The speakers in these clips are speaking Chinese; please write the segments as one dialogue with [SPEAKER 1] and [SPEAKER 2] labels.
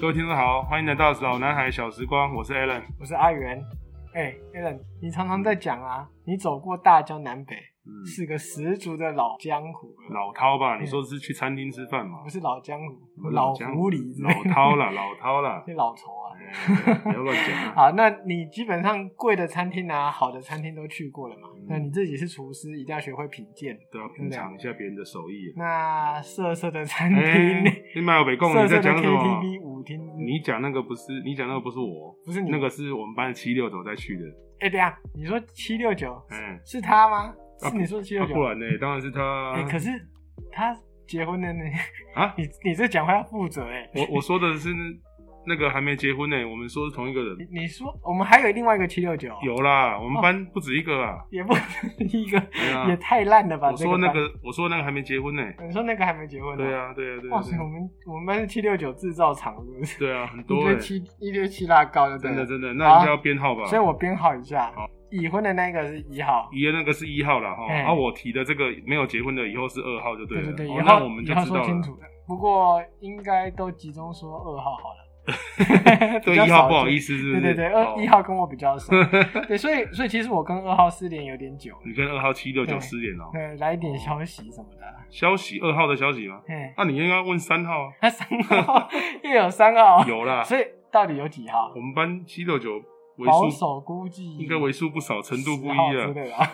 [SPEAKER 1] 各位听众好，欢迎来到老男孩小时光，我是 Alan。
[SPEAKER 2] 我是阿元。哎、a l a n 你常常在讲啊，你走过大江南北，
[SPEAKER 1] 嗯，
[SPEAKER 2] 是个十足的老江湖了
[SPEAKER 1] 老涛吧？你说是去餐厅吃饭嘛
[SPEAKER 2] 不？是老江湖，
[SPEAKER 1] 老江湖
[SPEAKER 2] 狐狸之类
[SPEAKER 1] 老
[SPEAKER 2] 的，
[SPEAKER 1] 涛啦，老涛啦，
[SPEAKER 2] 是老头啊。
[SPEAKER 1] 哎 不要乱讲啊！
[SPEAKER 2] 好，那你基本上贵的餐厅啊，好的餐厅都去过了嘛？
[SPEAKER 1] 嗯
[SPEAKER 2] 那你自己是厨师，一定要学会品鉴。
[SPEAKER 1] 都要品尝一下别人的手 艺啊。
[SPEAKER 2] 那色色的餐
[SPEAKER 1] 哎
[SPEAKER 2] 厅，，
[SPEAKER 1] 你买有北贡，
[SPEAKER 2] 色
[SPEAKER 1] 你在
[SPEAKER 2] 色的
[SPEAKER 1] 讲什么？
[SPEAKER 2] KTV 舞厅，
[SPEAKER 1] 你讲那个不是，你讲那个不是我，
[SPEAKER 2] 不是你
[SPEAKER 1] 那个？是我们班的七六走在去的。
[SPEAKER 2] 哎，等一下，你说七六九
[SPEAKER 1] 哎，
[SPEAKER 2] 是他吗？
[SPEAKER 1] 啊
[SPEAKER 2] 是你说七
[SPEAKER 1] 啊
[SPEAKER 2] 六九
[SPEAKER 1] 不？然呢？当然是他
[SPEAKER 2] 哎，可
[SPEAKER 1] 啊
[SPEAKER 2] 是他结婚了呢，
[SPEAKER 1] 啊！
[SPEAKER 2] 你你这讲话要负责哎。
[SPEAKER 1] 我我说的是那那个还没结婚呢，我们说是同一个人。
[SPEAKER 2] 你你说我们还有另外一个七六九，
[SPEAKER 1] 有啦，我们班不止一个啊。
[SPEAKER 2] 也不一个
[SPEAKER 1] 对啊
[SPEAKER 2] 哦也太烂了吧？
[SPEAKER 1] 我说那
[SPEAKER 2] 这班，
[SPEAKER 1] 个，我说那个还没结婚呢。
[SPEAKER 2] 你说那个还没结婚？哦
[SPEAKER 1] 对。啊，对啊，对
[SPEAKER 2] 哇
[SPEAKER 1] 啊，
[SPEAKER 2] 塞，
[SPEAKER 1] 对
[SPEAKER 2] 我
[SPEAKER 1] 啊
[SPEAKER 2] 们我们班是七六九制造厂，是不是？
[SPEAKER 1] 对啊，很
[SPEAKER 2] 一
[SPEAKER 1] 多
[SPEAKER 2] 堆
[SPEAKER 1] 哎，
[SPEAKER 2] 七一堆七拉高就对
[SPEAKER 1] 真
[SPEAKER 2] 了
[SPEAKER 1] 的真的，那应
[SPEAKER 2] 好
[SPEAKER 1] 该要编号吧？
[SPEAKER 2] 所以我编号一下
[SPEAKER 1] 好，
[SPEAKER 2] 已婚的那个是一号，
[SPEAKER 1] 爷那个是一号啦，哈，
[SPEAKER 2] 哎
[SPEAKER 1] 啊，我提的这个没有结婚的以后是二号就
[SPEAKER 2] 对
[SPEAKER 1] 了。
[SPEAKER 2] 对，
[SPEAKER 1] 哦
[SPEAKER 2] 以
[SPEAKER 1] 那
[SPEAKER 2] 后
[SPEAKER 1] 我们
[SPEAKER 2] 以
[SPEAKER 1] 就
[SPEAKER 2] 后
[SPEAKER 1] 知
[SPEAKER 2] 说
[SPEAKER 1] 道
[SPEAKER 2] 清
[SPEAKER 1] 了。，
[SPEAKER 2] 楚。不过应该都集中说二号好了比
[SPEAKER 1] 对
[SPEAKER 2] 较
[SPEAKER 1] 一号
[SPEAKER 2] 少
[SPEAKER 1] 不好
[SPEAKER 2] 见
[SPEAKER 1] 意。思，是不
[SPEAKER 2] 对
[SPEAKER 1] 是？
[SPEAKER 2] 对对，二一
[SPEAKER 1] 哦。
[SPEAKER 2] 号跟我比 较熟，对，所以所以其实我跟二号失联有点久，
[SPEAKER 1] 你跟二号七六九
[SPEAKER 2] 对
[SPEAKER 1] 失联哦，
[SPEAKER 2] 对，来一点消息什么的，
[SPEAKER 1] 消息二号的消息吗？啊
[SPEAKER 2] 嗯，
[SPEAKER 1] 那你应该问三号啊。
[SPEAKER 2] 那三号 又有三号，
[SPEAKER 1] 有啊啦，
[SPEAKER 2] 所以到底有几号
[SPEAKER 1] 我？们班七六九为
[SPEAKER 2] 保
[SPEAKER 1] 数
[SPEAKER 2] 守估计
[SPEAKER 1] 应该为数不少，程度不一
[SPEAKER 2] 10号
[SPEAKER 1] 啊
[SPEAKER 2] 之。类的啊。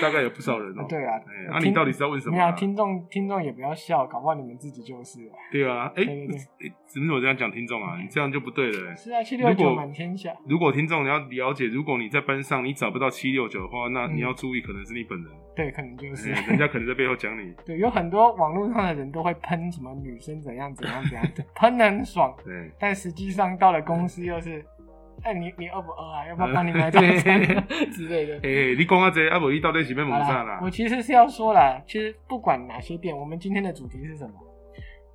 [SPEAKER 1] 大概有不少人哦、
[SPEAKER 2] 对啊，
[SPEAKER 1] 哎，那、你到底是要问什
[SPEAKER 2] 没
[SPEAKER 1] 么、
[SPEAKER 2] 有
[SPEAKER 1] 啊？
[SPEAKER 2] 听众，听众也不要笑，搞不好你们自己就是了。
[SPEAKER 1] 对啊，哎、
[SPEAKER 2] 对对对
[SPEAKER 1] 哎怎么我这样讲听众啊？你这样就不对了、哎
[SPEAKER 2] 是啊，七六
[SPEAKER 1] 如
[SPEAKER 2] 九
[SPEAKER 1] 果
[SPEAKER 2] 满天下。
[SPEAKER 1] 如果听众你要了解，如果你在班上你找不到七六九的话，那你要注意，可能是你本人，
[SPEAKER 2] 对，可能嗯就是、
[SPEAKER 1] 哎人家可能在背后讲你。
[SPEAKER 2] 对，有很多网络上的人都会喷什么女生怎样怎样怎样， 喷得很爽，
[SPEAKER 1] 对，
[SPEAKER 2] 但实际上到了公司又是，哎、你你饿不饿啊？要不要帮你买早
[SPEAKER 1] 嗯对
[SPEAKER 2] 餐啊 之类的
[SPEAKER 1] 哎、。你讲啊这阿伯，你到底是被蒙
[SPEAKER 2] 好
[SPEAKER 1] 上
[SPEAKER 2] 啦，
[SPEAKER 1] 啦
[SPEAKER 2] 我？其实是要说啦，其实不管哪些店，我们今天的主题是什么？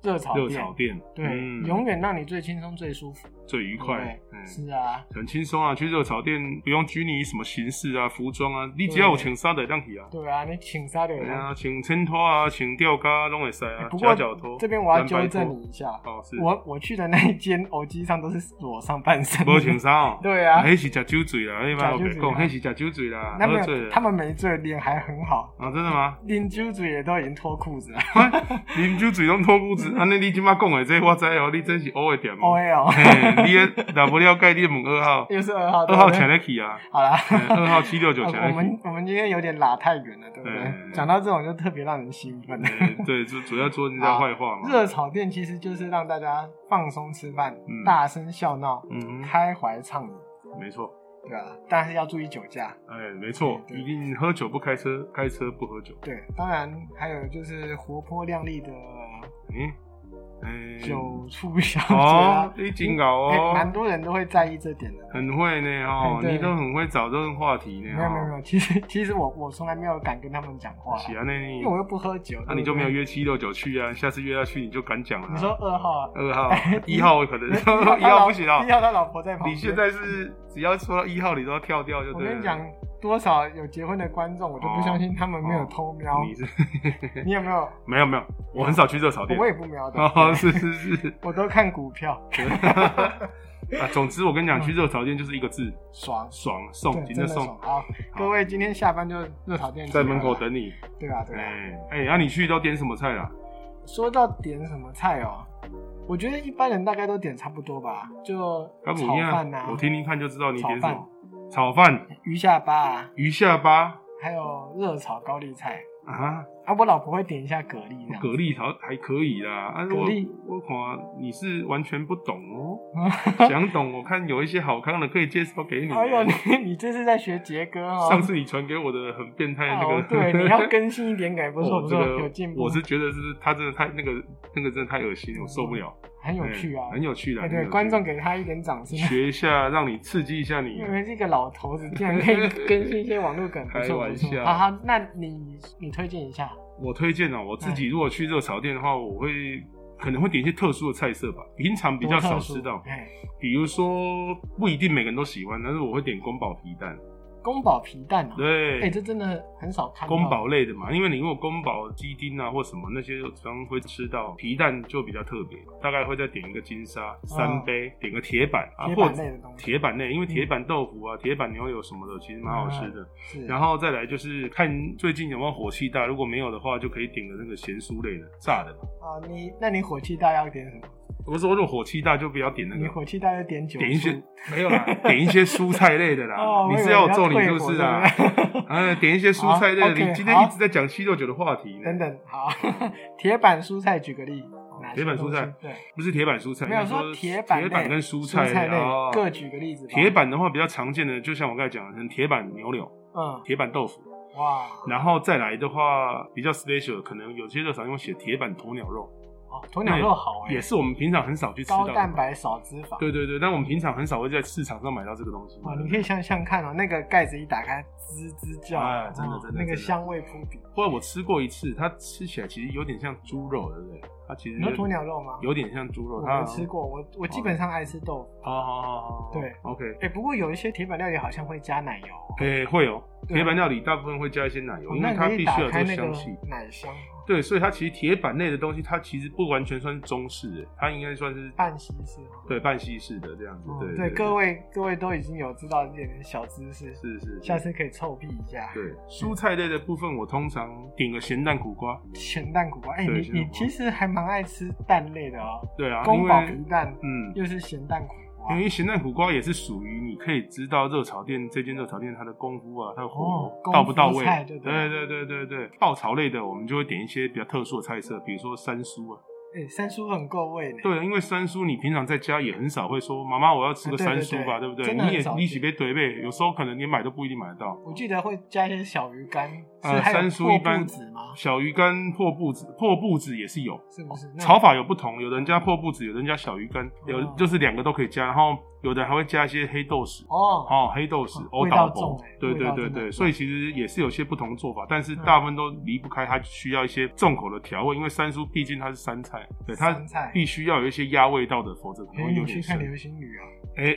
[SPEAKER 2] 热炒
[SPEAKER 1] 热
[SPEAKER 2] 店，
[SPEAKER 1] 炒店，
[SPEAKER 2] 对，
[SPEAKER 1] 嗯
[SPEAKER 2] 永远让你最轻松、最舒服，
[SPEAKER 1] 最愉
[SPEAKER 2] 愉
[SPEAKER 1] 快，嗯
[SPEAKER 2] 是啊，
[SPEAKER 1] 很轻松啊，去热炒店不用拘泥什么形式啊、服装啊，你只要有穿衫的当去啊。
[SPEAKER 2] 对啊，你请啥流
[SPEAKER 1] 哎
[SPEAKER 2] 量？
[SPEAKER 1] 呀，穿衬拖啊，穿吊嘎拢会使啊
[SPEAKER 2] 哎，不过
[SPEAKER 1] 夹脚拖。
[SPEAKER 2] 这边我要
[SPEAKER 1] 蓝白
[SPEAKER 2] 纠正
[SPEAKER 1] 拖
[SPEAKER 2] 你一下，
[SPEAKER 1] 哦，是
[SPEAKER 2] 我我去的那一间，偶机上都是裸上半身，
[SPEAKER 1] 无穿衫哦。
[SPEAKER 2] 对啊
[SPEAKER 1] 迄是食酒醉啦，你妈有白
[SPEAKER 2] 吃
[SPEAKER 1] 讲，
[SPEAKER 2] 酒醉啊
[SPEAKER 1] 迄是食酒醉啦，
[SPEAKER 2] 那
[SPEAKER 1] 喝
[SPEAKER 2] 没
[SPEAKER 1] 醉
[SPEAKER 2] 有，
[SPEAKER 1] 了。
[SPEAKER 2] 他们没醉，脸还很好，
[SPEAKER 1] 啊，真的吗？
[SPEAKER 2] 连揪嘴也都已经脱裤子了。
[SPEAKER 1] 嗯啉酒醉拢脱裤子， 安尼你即马讲的这我知哦，你真是乌的点哦。
[SPEAKER 2] O L
[SPEAKER 1] 嘿你也若不了解，你问二号，
[SPEAKER 2] 又是二号，
[SPEAKER 1] 二号
[SPEAKER 2] 对
[SPEAKER 1] 请
[SPEAKER 2] 不对
[SPEAKER 1] 得起啊，
[SPEAKER 2] 好啦，
[SPEAKER 1] 嘿二号七六九请
[SPEAKER 2] 我
[SPEAKER 1] 得起。
[SPEAKER 2] 们我们今天有点拉太远了，对不对？
[SPEAKER 1] 对
[SPEAKER 2] 讲到这种就特别让人兴奋。
[SPEAKER 1] 嘿 对，就主要说人家坏话嘛。
[SPEAKER 2] 热炒店其实就是让大家放松吃饭，
[SPEAKER 1] 嗯
[SPEAKER 2] 大声笑闹，
[SPEAKER 1] 嗯，
[SPEAKER 2] 开怀畅饮，
[SPEAKER 1] 没错，
[SPEAKER 2] 对吧、但是要注意酒驾。
[SPEAKER 1] 哎，没错，
[SPEAKER 2] 对对
[SPEAKER 1] 一定喝酒不开车，开车不喝酒。
[SPEAKER 2] 对，当然还有就是活泼靓丽的
[SPEAKER 1] 嗯，哎，
[SPEAKER 2] 酒醋小姐啊
[SPEAKER 1] 哦，，你真搞
[SPEAKER 2] 哎蛮、
[SPEAKER 1] 哦，
[SPEAKER 2] 多人都会在意这点的。
[SPEAKER 1] 很会呢哦
[SPEAKER 2] 哎，对
[SPEAKER 1] 你都很会找这种话题呢
[SPEAKER 2] 没有没有没
[SPEAKER 1] 哦。
[SPEAKER 2] 有，其实其实我我从来没有敢跟他们讲话，
[SPEAKER 1] 喜欢那你
[SPEAKER 2] 因为我又不喝酒。
[SPEAKER 1] 啊那、
[SPEAKER 2] 对不对
[SPEAKER 1] 你就没有？约七六九去啊？下次约他去你就敢讲了、
[SPEAKER 2] 你说二号啊？
[SPEAKER 1] 二号、一号可 能
[SPEAKER 2] 他
[SPEAKER 1] 一号
[SPEAKER 2] 老
[SPEAKER 1] 不行啊
[SPEAKER 2] 一。号他老婆在旁边。
[SPEAKER 1] 你现在是只要说到一号，你都要跳掉就
[SPEAKER 2] 我
[SPEAKER 1] 对了。
[SPEAKER 2] 跟你讲，，多少有结婚的观众，我都不相信他们没有偷瞄。
[SPEAKER 1] 你是
[SPEAKER 2] 你有没有？
[SPEAKER 1] 没有没有，我很少去热炒店
[SPEAKER 2] 我。也不瞄的。
[SPEAKER 1] 哦，是是是。
[SPEAKER 2] 我都看股票，
[SPEAKER 1] 啊，总之我跟你讲，去热炒店就是一个字，
[SPEAKER 2] 爽，
[SPEAKER 1] 爽
[SPEAKER 2] 嗯对
[SPEAKER 1] 送，紧着
[SPEAKER 2] 真的爽
[SPEAKER 1] 送，
[SPEAKER 2] 好，各位今天下班就热炒店吃
[SPEAKER 1] 在门口
[SPEAKER 2] 饭吧，
[SPEAKER 1] 等你。
[SPEAKER 2] 对啊吧？对吧？
[SPEAKER 1] 哎哎，那、你去都点什么菜啊啦？
[SPEAKER 2] 说到点什么菜哦，我觉得一般人大概都点差不多吧，就
[SPEAKER 1] 干
[SPEAKER 2] 炒
[SPEAKER 1] 母鸭
[SPEAKER 2] 饭呐、
[SPEAKER 1] 啊我听听看就知道你点什
[SPEAKER 2] 炒
[SPEAKER 1] 么。炒饭、
[SPEAKER 2] 鱼下巴啊，
[SPEAKER 1] 鱼下巴
[SPEAKER 2] 还有热炒高丽菜
[SPEAKER 1] 啊，
[SPEAKER 2] 啊。我老婆会点一下蛤蜊这样。
[SPEAKER 1] 蛤蜊炒还可以啦，啊，我
[SPEAKER 2] 蛤蜊
[SPEAKER 1] 我看你是完全不懂哦、
[SPEAKER 2] 蜊
[SPEAKER 1] 想懂我看有一些好康的可以介绍给你。
[SPEAKER 2] 哎呦，你你这是在学杰哥哦。
[SPEAKER 1] 上次你传给我的很变态那个，
[SPEAKER 2] 哦， 对，你要更新一点感，不错
[SPEAKER 1] 我
[SPEAKER 2] 不
[SPEAKER 1] 这
[SPEAKER 2] 错，
[SPEAKER 1] 个
[SPEAKER 2] 有进步。
[SPEAKER 1] 我是觉得是他真的太那个那个真的太恶心了，我受不了。
[SPEAKER 2] 很有趣啊
[SPEAKER 1] 哎，很有趣的。
[SPEAKER 2] 哎
[SPEAKER 1] 很有
[SPEAKER 2] 对，
[SPEAKER 1] 趣
[SPEAKER 2] 观众给他一点掌声。啊
[SPEAKER 1] 学一下，让你刺激一下你
[SPEAKER 2] 因。为这个老头子竟然可以更新一些网络梗，不
[SPEAKER 1] 开
[SPEAKER 2] 错
[SPEAKER 1] 玩
[SPEAKER 2] 不错。
[SPEAKER 1] 笑
[SPEAKER 2] 好好，那你你推荐一下
[SPEAKER 1] 我推荐哦、我自
[SPEAKER 2] 哎
[SPEAKER 1] 己如果去热炒店的话，我会可能会点一些特殊的菜色吧，平常比较少吃到
[SPEAKER 2] 多特殊。哎，
[SPEAKER 1] 比如说不一定每个人都喜欢，但是我会点宫保鸡蛋。
[SPEAKER 2] 宫保皮蛋哦，哎、
[SPEAKER 1] 对，
[SPEAKER 2] 这真的很少看到。
[SPEAKER 1] 宫保类的嘛，因为你如果宫保鸡丁啊或什么那些，常常会吃到皮蛋就比较特别，大概会再点一个金沙三杯，点个铁板啊，
[SPEAKER 2] 哦铁
[SPEAKER 1] 或
[SPEAKER 2] 板
[SPEAKER 1] 者
[SPEAKER 2] 类嗯的东西
[SPEAKER 1] 铁板类，因为铁板豆腐啊、铁板牛油什么的，其实蛮
[SPEAKER 2] 啊
[SPEAKER 1] 好吃的。
[SPEAKER 2] 是，
[SPEAKER 1] 然后再来就是看最近有没有火气大，如果没有的话，就可以点个那个咸酥类的炸的嘛。
[SPEAKER 2] 啊，你那你火气大要点什么？
[SPEAKER 1] 我说如果火气大就不要点那
[SPEAKER 2] 你
[SPEAKER 1] 个，
[SPEAKER 2] 火气大要点酒醋，
[SPEAKER 1] 点一些 没有啦，点一些蔬菜类的啦。
[SPEAKER 2] 哦，
[SPEAKER 1] 你
[SPEAKER 2] 我以
[SPEAKER 1] 是
[SPEAKER 2] 为
[SPEAKER 1] 要
[SPEAKER 2] 要
[SPEAKER 1] 我揍你
[SPEAKER 2] 退
[SPEAKER 1] 是不
[SPEAKER 2] 火
[SPEAKER 1] 是 啊？
[SPEAKER 2] 对不对
[SPEAKER 1] 哎，点一些蔬菜类的。
[SPEAKER 2] 好，OK，
[SPEAKER 1] 你今天一直在讲七六九的话题呢，
[SPEAKER 2] 等等，好， 铁板蔬菜举个例，哪些
[SPEAKER 1] 铁板蔬菜
[SPEAKER 2] 东西对，
[SPEAKER 1] 不是铁板蔬菜，
[SPEAKER 2] 没有
[SPEAKER 1] 应该
[SPEAKER 2] 说
[SPEAKER 1] 说
[SPEAKER 2] 铁板
[SPEAKER 1] 铁
[SPEAKER 2] 类
[SPEAKER 1] 板跟蔬
[SPEAKER 2] 菜类
[SPEAKER 1] 哦。
[SPEAKER 2] 各举个例子吧。
[SPEAKER 1] 铁，板的话比较常见的，就像我刚才讲的，铁板牛柳、
[SPEAKER 2] 嗯，
[SPEAKER 1] 铁板豆腐，
[SPEAKER 2] 哇，
[SPEAKER 1] 然后再来的话比较 special，可能有些热场用写铁板鸵鸟肉，
[SPEAKER 2] 哦，鸵鸟肉好哎，
[SPEAKER 1] 也是我们平常很少去吃到
[SPEAKER 2] 高蛋
[SPEAKER 1] 的。
[SPEAKER 2] 白少脂肪。
[SPEAKER 1] 对对对，但我们平常很少会在市场上买到这个东西。
[SPEAKER 2] 哇，啊你可以想想看哦，那个盖子一打开，滋滋叫，哦
[SPEAKER 1] 哎真的真的
[SPEAKER 2] 那
[SPEAKER 1] 真
[SPEAKER 2] 个
[SPEAKER 1] 的
[SPEAKER 2] 香味扑鼻。
[SPEAKER 1] 后来我吃过一次，它吃起来其实有点像猪肉，对不对？它其实
[SPEAKER 2] 你说鸵鸟肉吗？
[SPEAKER 1] 有点像猪肉，
[SPEAKER 2] 我
[SPEAKER 1] 它哦
[SPEAKER 2] 没吃。过，我我基本上爱吃豆腐。
[SPEAKER 1] 好好好好，好
[SPEAKER 2] 对
[SPEAKER 1] ，OK，
[SPEAKER 2] 哎，不过有一些铁板料理好像会加奶油哦，
[SPEAKER 1] 诶、会有
[SPEAKER 2] 对啊
[SPEAKER 1] 铁板料理，大部分会加一些奶油，
[SPEAKER 2] 哦
[SPEAKER 1] 因
[SPEAKER 2] 那
[SPEAKER 1] 为它
[SPEAKER 2] 你
[SPEAKER 1] 必
[SPEAKER 2] 一
[SPEAKER 1] 须
[SPEAKER 2] 打
[SPEAKER 1] 要有
[SPEAKER 2] 开
[SPEAKER 1] 这
[SPEAKER 2] 那
[SPEAKER 1] 香
[SPEAKER 2] 个
[SPEAKER 1] 气。
[SPEAKER 2] 奶香，
[SPEAKER 1] 对，所以它其实铁板类的东西，它其实不完全算是中式的，它应该算是
[SPEAKER 2] 半西式哦。
[SPEAKER 1] 对半西式的这样子。
[SPEAKER 2] 嗯
[SPEAKER 1] 对
[SPEAKER 2] 对，
[SPEAKER 1] 对，
[SPEAKER 2] 各位各位都已经有知道一点点小知识，
[SPEAKER 1] 是是是
[SPEAKER 2] 下次可以臭屁一下。
[SPEAKER 1] 对蔬菜类的部分，我通常顶个咸蛋苦瓜。
[SPEAKER 2] 咸蛋苦瓜，哎、
[SPEAKER 1] 对
[SPEAKER 2] 你
[SPEAKER 1] 咸蛋
[SPEAKER 2] 你
[SPEAKER 1] 苦瓜
[SPEAKER 2] 其实还蛮爱吃蛋类的哦，
[SPEAKER 1] 对啊，因
[SPEAKER 2] 宫保
[SPEAKER 1] 为
[SPEAKER 2] 皮蛋
[SPEAKER 1] 嗯，
[SPEAKER 2] 又是咸蛋苦瓜
[SPEAKER 1] 因，为咸蛋苦瓜也是属于你可以知道热炒店这间热炒店它的功夫啊，它的火
[SPEAKER 2] 哦
[SPEAKER 1] 候到不到
[SPEAKER 2] 功夫
[SPEAKER 1] 位
[SPEAKER 2] 菜。就对了
[SPEAKER 1] 对对对对对，爆炒类的我们就会点一些比较特殊的菜色，比如说三叔啊。
[SPEAKER 2] 哎、三叔很够味呢。
[SPEAKER 1] 对，因为三叔你平常在家也很少会说妈妈我要吃个
[SPEAKER 2] 啊对对
[SPEAKER 1] 三叔吧，对
[SPEAKER 2] 对
[SPEAKER 1] 不对？
[SPEAKER 2] 真的很
[SPEAKER 1] 你也
[SPEAKER 2] 少见
[SPEAKER 1] 你几杯对呗，有时候可能连买都不一定买得到。
[SPEAKER 2] 我记得会加一些小鱼干，是
[SPEAKER 1] 呃，
[SPEAKER 2] 还有
[SPEAKER 1] 三叔一
[SPEAKER 2] 破布
[SPEAKER 1] 般
[SPEAKER 2] 子吗？
[SPEAKER 1] 小鱼干破布子，破布子也是有，
[SPEAKER 2] 是不是？那
[SPEAKER 1] 炒法有不同，有人家破布子，有人家小鱼干，有
[SPEAKER 2] 哦
[SPEAKER 1] 就是两个都可以加，然后有的还会加一些黑豆豉。
[SPEAKER 2] 哦，
[SPEAKER 1] 哦，黑豆豉
[SPEAKER 2] 哦、
[SPEAKER 1] 欧
[SPEAKER 2] 味道
[SPEAKER 1] 岛
[SPEAKER 2] 重
[SPEAKER 1] 包
[SPEAKER 2] 欸，
[SPEAKER 1] 对
[SPEAKER 2] 味
[SPEAKER 1] 对
[SPEAKER 2] 道
[SPEAKER 1] 对
[SPEAKER 2] 真的
[SPEAKER 1] 对，
[SPEAKER 2] 很嗯
[SPEAKER 1] 所以其实也是有些不同做法，但是大部分都离不开它需要一些重口的调味，因为三叔毕竟它是山菜，对它
[SPEAKER 2] 山菜
[SPEAKER 1] 必须要有一些鸭味道的，否则可
[SPEAKER 2] 哎、
[SPEAKER 1] 能会有
[SPEAKER 2] 你
[SPEAKER 1] 点
[SPEAKER 2] 去看
[SPEAKER 1] 生。
[SPEAKER 2] 流星雨啊？
[SPEAKER 1] 哎，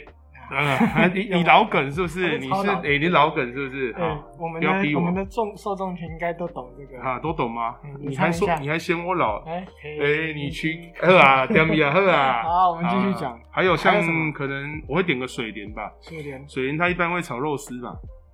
[SPEAKER 1] 呃，你你老梗是不
[SPEAKER 2] 我
[SPEAKER 1] 是？你
[SPEAKER 2] 超
[SPEAKER 1] 是
[SPEAKER 2] 老梗
[SPEAKER 1] 哎，你老梗是不是？
[SPEAKER 2] 对、
[SPEAKER 1] 啊，
[SPEAKER 2] 我们
[SPEAKER 1] 不要逼
[SPEAKER 2] 的
[SPEAKER 1] 我
[SPEAKER 2] 们的众受众群应该都懂这个。
[SPEAKER 1] 啊，都懂吗
[SPEAKER 2] 嗯？你
[SPEAKER 1] 你
[SPEAKER 2] 唱
[SPEAKER 1] 还
[SPEAKER 2] 一
[SPEAKER 1] 说
[SPEAKER 2] 下
[SPEAKER 1] 你还嫌我老？
[SPEAKER 2] 哎、
[SPEAKER 1] 哎，你去喝啊，点米啊，喝啊。
[SPEAKER 2] 好我们继续讲
[SPEAKER 1] 啊还有
[SPEAKER 2] 还有什么
[SPEAKER 1] 像可能我会点个水莲吧，
[SPEAKER 2] 就连
[SPEAKER 1] 水莲它一般会炒肉丝嘛，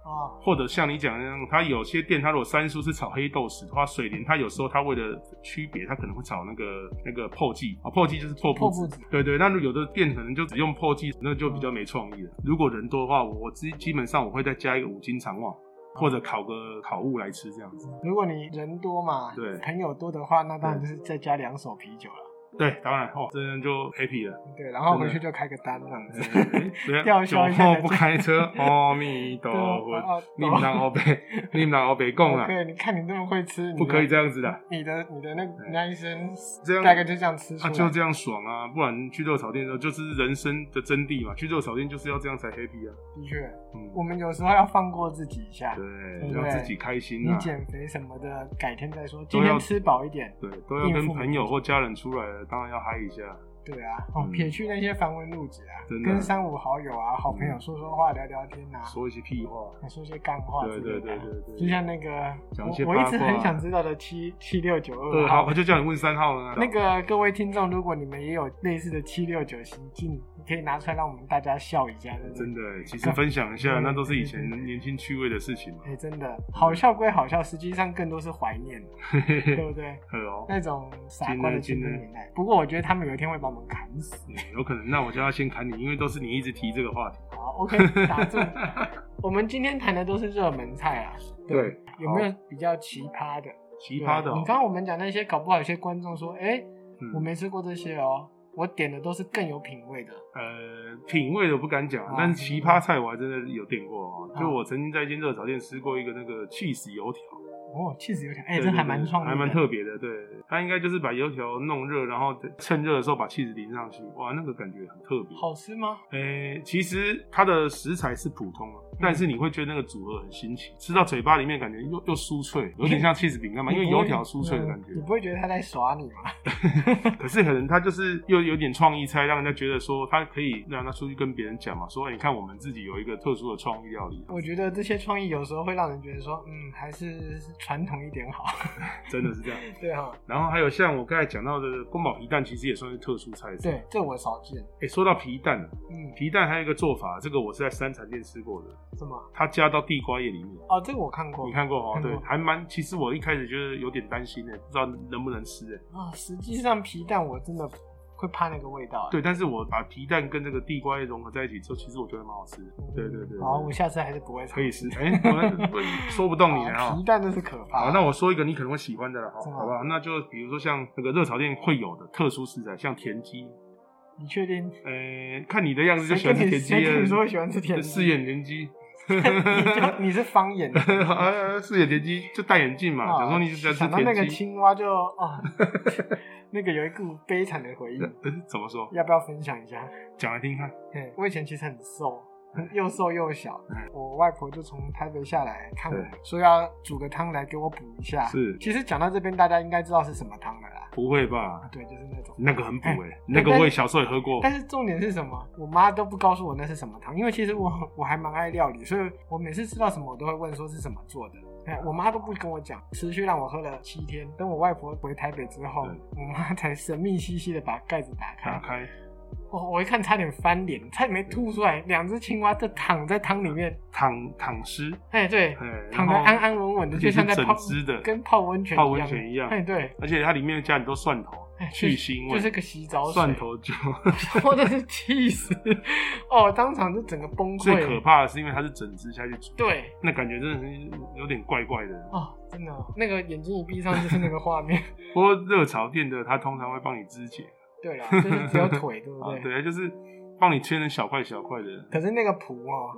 [SPEAKER 2] 哦，
[SPEAKER 1] 或者像你讲的那样，它有些店它如果三叔是炒黑豆豉的话，水莲它有时候它为了区别，它可能会炒那个那个破剂啊，破剂就是破布
[SPEAKER 2] 破
[SPEAKER 1] 子。
[SPEAKER 2] 布子
[SPEAKER 1] 对对，那如果有的店可能就只用破剂，那就比较没创意了。如果人多的话，我我基基本上我会再加一个五斤肠旺，或者烤个烤物来吃这样子。
[SPEAKER 2] 如果你人多嘛，
[SPEAKER 1] 对
[SPEAKER 2] 朋友多的话，那当然就是再加两手啤酒了。
[SPEAKER 1] 对，当然哦，这样就 happy 了。
[SPEAKER 2] 对，然后回去
[SPEAKER 1] 真
[SPEAKER 2] 就开个单这样子。
[SPEAKER 1] 对
[SPEAKER 2] 吊
[SPEAKER 1] 酒
[SPEAKER 2] 销一下哦
[SPEAKER 1] 后不开车，阿弥
[SPEAKER 2] 啊
[SPEAKER 1] 陀佛，你们哦让我被，你们让我被供了，
[SPEAKER 2] 对，你看你那么会吃，你
[SPEAKER 1] 啊不可以这样子的。
[SPEAKER 2] 你的你的那
[SPEAKER 1] 对
[SPEAKER 2] 那一身，
[SPEAKER 1] 这样
[SPEAKER 2] 大概就这样吃出
[SPEAKER 1] 啊，
[SPEAKER 2] 来，
[SPEAKER 1] 就这样爽啊！不然去热炒店的时候，就是人生的真谛嘛。去热炒店就是要这样才 happy 啊。
[SPEAKER 2] 的确，我
[SPEAKER 1] 嗯，
[SPEAKER 2] 们有时候要放过自己一下，
[SPEAKER 1] 对
[SPEAKER 2] 对，
[SPEAKER 1] 让自己开心
[SPEAKER 2] 你
[SPEAKER 1] 啊。
[SPEAKER 2] 减肥什么的，改天再说。
[SPEAKER 1] 都
[SPEAKER 2] 今
[SPEAKER 1] 要
[SPEAKER 2] 天吃饱一点，
[SPEAKER 1] 对，都要
[SPEAKER 2] 应
[SPEAKER 1] 跟
[SPEAKER 2] 付
[SPEAKER 1] 朋友或家人出来了，当然要嗨一下。
[SPEAKER 2] 对啊，哦，
[SPEAKER 1] 嗯
[SPEAKER 2] 撇去那些繁文缛节啊，
[SPEAKER 1] 真的
[SPEAKER 2] 跟三五好友啊、好朋友
[SPEAKER 1] 嗯
[SPEAKER 2] 说说话、聊聊天啊，
[SPEAKER 1] 说一些屁话。
[SPEAKER 2] 还说些干话之
[SPEAKER 1] 对对
[SPEAKER 2] 类的
[SPEAKER 1] 对
[SPEAKER 2] 啊。
[SPEAKER 1] 对对，
[SPEAKER 2] 就像那个
[SPEAKER 1] 讲一些
[SPEAKER 2] 我我一直
[SPEAKER 1] 八卦
[SPEAKER 2] 很想知道的七七六九
[SPEAKER 1] 二
[SPEAKER 2] 二啊
[SPEAKER 1] 号，我就叫你问三号了。啊
[SPEAKER 2] 那个各位听众，如果你们也有类似的七六九行径，你可以拿出来让我们大家笑一下，真的。
[SPEAKER 1] 真的，欸其实分享一下，
[SPEAKER 2] 对
[SPEAKER 1] 那都是以
[SPEAKER 2] 对
[SPEAKER 1] 前
[SPEAKER 2] 对对
[SPEAKER 1] 年轻趣味的事情嘛
[SPEAKER 2] 哎、。真的，好笑归好笑，实际上更多是怀念，
[SPEAKER 1] 嘿嘿
[SPEAKER 2] 对
[SPEAKER 1] 嘿，
[SPEAKER 2] 不对？
[SPEAKER 1] 呵哦，
[SPEAKER 2] 那种傻瓜的青
[SPEAKER 1] 今天
[SPEAKER 2] 春年代。不过我觉得他们有一天会把我们砍死。
[SPEAKER 1] 嗯有可能。那我就要先砍你，因为都是你一直提这个话 题。
[SPEAKER 2] 好，OK，打住。我们今天谈的都是热门菜啊，
[SPEAKER 1] 对，
[SPEAKER 2] 有没有比较奇葩的？
[SPEAKER 1] 奇葩的
[SPEAKER 2] 对
[SPEAKER 1] 哦
[SPEAKER 2] 你，刚刚我们讲那些，搞不好有些观众说，哎、
[SPEAKER 1] 嗯
[SPEAKER 2] 我没吃过这些哦，我点的都是更有品味的。
[SPEAKER 1] 呃，品味的不敢讲，
[SPEAKER 2] 啊
[SPEAKER 1] 但是奇葩菜我还真的有点过哦。
[SPEAKER 2] 啊
[SPEAKER 1] 就我曾经在一间热炒店吃过一个那个 cheese 油条，
[SPEAKER 2] 哦，确实有点，哎、
[SPEAKER 1] 对
[SPEAKER 2] 这
[SPEAKER 1] 对
[SPEAKER 2] 还
[SPEAKER 1] 对
[SPEAKER 2] 蛮创意的，
[SPEAKER 1] 还蛮特别的。对，它应该就是把油条弄热，然后趁热的时候把 cheese 淋上去，哇，那个感觉很特别。哎
[SPEAKER 2] 好吃吗？
[SPEAKER 1] 诶、其实它的食材是普通啊，但是你会觉得那个组合很新奇，吃到嘴巴里面感觉又又酥脆，有点像 cheese 饼干嘛，因为
[SPEAKER 2] 哎你不会
[SPEAKER 1] 油条酥脆的感觉
[SPEAKER 2] 嗯你。不会觉得他在耍你吗？
[SPEAKER 1] 可是可能他就是又有点创意菜，让人家觉得说他可以让他出去跟别人讲嘛，说、哎你看我们自己有一个特殊的创意料理，啊
[SPEAKER 2] 我觉得这些创意有时候会让人觉得说，嗯，还是传统一点好。
[SPEAKER 1] 真的是这样。
[SPEAKER 2] 对哦哈，
[SPEAKER 1] 然后还有像我刚才讲到的宫保皮蛋，其实也算是特殊菜色。
[SPEAKER 2] 对，这我少见。
[SPEAKER 1] 哎，说到皮蛋啊，
[SPEAKER 2] 嗯，
[SPEAKER 1] 皮蛋还有一个做法，这个我是在三产店吃过的，
[SPEAKER 2] 什么？
[SPEAKER 1] 它加到地瓜叶里面。
[SPEAKER 2] 哦，这个我看过。
[SPEAKER 1] 你看过哦？
[SPEAKER 2] 看过
[SPEAKER 1] 对，还蛮。其实我一开始觉得有点担心呢，不知道能不能吃哎。
[SPEAKER 2] 啊、实际上皮蛋我真的会怕那个味道。
[SPEAKER 1] 对，但是我把皮蛋跟这个地瓜叶融合在一起之后，其实我觉得蛮好吃的。
[SPEAKER 2] 嗯，
[SPEAKER 1] 对对对，
[SPEAKER 2] 好，
[SPEAKER 1] 对
[SPEAKER 2] 我下次还是不会尝
[SPEAKER 1] 可以吃。哎， 我那我说不动你了
[SPEAKER 2] 啊
[SPEAKER 1] 哈
[SPEAKER 2] 皮。蛋真是可怕。
[SPEAKER 1] 好，那我说一个你可能会喜欢的了，好，
[SPEAKER 2] 是吗
[SPEAKER 1] 好不好？那就比如说像那个热炒店会有的特殊食材，像田鸡，
[SPEAKER 2] 你确定？
[SPEAKER 1] 呃，看你的样子就
[SPEAKER 2] 谁
[SPEAKER 1] 喜欢
[SPEAKER 2] 跟
[SPEAKER 1] 吃
[SPEAKER 2] 你
[SPEAKER 1] 田鸡
[SPEAKER 2] 谁跟你说喜欢吃
[SPEAKER 1] 这
[SPEAKER 2] 甜鸡？
[SPEAKER 1] 四眼田鸡，
[SPEAKER 2] 你就你是方言的。
[SPEAKER 1] 啊，四眼田鸡就戴眼镜嘛，
[SPEAKER 2] 啊
[SPEAKER 1] 想说你就喜欢
[SPEAKER 2] 想到
[SPEAKER 1] 吃
[SPEAKER 2] 那个
[SPEAKER 1] 田鸡，
[SPEAKER 2] 青蛙就啊， 那个有一股悲惨的 回忆，
[SPEAKER 1] 呃怎么说？
[SPEAKER 2] 要不要分享一下？
[SPEAKER 1] 讲来听看。
[SPEAKER 2] 嘿我以前其实很瘦，又瘦又小。我外婆就从台北下来看我，说要煮个汤来给我补一下。
[SPEAKER 1] 是
[SPEAKER 2] 其实讲到这边，大家应该知道是什么汤了啦。
[SPEAKER 1] 不会吧？
[SPEAKER 2] 对，就是那种。
[SPEAKER 1] 那个很补哎、欸，那
[SPEAKER 2] 但
[SPEAKER 1] 个我也小时候也喝过。
[SPEAKER 2] 但是重点是什么？我妈都不告诉我那是什么汤，因为其实我我还蛮爱料理，所以我每次吃到什么我都会问说是怎么做的。哎，我妈都不跟我讲，持续让我喝了七天。等我外婆回台北之后
[SPEAKER 1] 对，啊
[SPEAKER 2] 我妈才神秘兮兮的把盖子打开
[SPEAKER 1] 打。开，
[SPEAKER 2] 我我一看差点翻脸，差点没吐出来。两只青蛙就躺在汤里面，
[SPEAKER 1] 躺躺尸，
[SPEAKER 2] 哎对，
[SPEAKER 1] 哎，
[SPEAKER 2] 躺
[SPEAKER 1] 然
[SPEAKER 2] 得
[SPEAKER 1] 后
[SPEAKER 2] 安安稳稳的，
[SPEAKER 1] 而且
[SPEAKER 2] 就是像在泡
[SPEAKER 1] 整只的
[SPEAKER 2] 跟泡温泉一样
[SPEAKER 1] 泡温泉一样
[SPEAKER 2] 哎对，
[SPEAKER 1] 而且它里面加很多蒜头
[SPEAKER 2] 哎，
[SPEAKER 1] 去腥味，
[SPEAKER 2] 就是个洗澡水
[SPEAKER 1] 蒜头酒。
[SPEAKER 2] 我真是气死！哦，当场就整个崩溃。
[SPEAKER 1] 最可怕的是，因为它是整只下去煮，
[SPEAKER 2] 对，
[SPEAKER 1] 那感觉真的是有点怪怪的。
[SPEAKER 2] 哦，真的哦，那个眼睛一闭上就是那个 画面。
[SPEAKER 1] 不过热炒店的它通常会帮你肢解
[SPEAKER 2] 对啦，就是只有腿，对不
[SPEAKER 1] 啊
[SPEAKER 2] 对？，
[SPEAKER 1] 对，就是帮你切成小块小块 的。
[SPEAKER 2] 可是那个脯哦，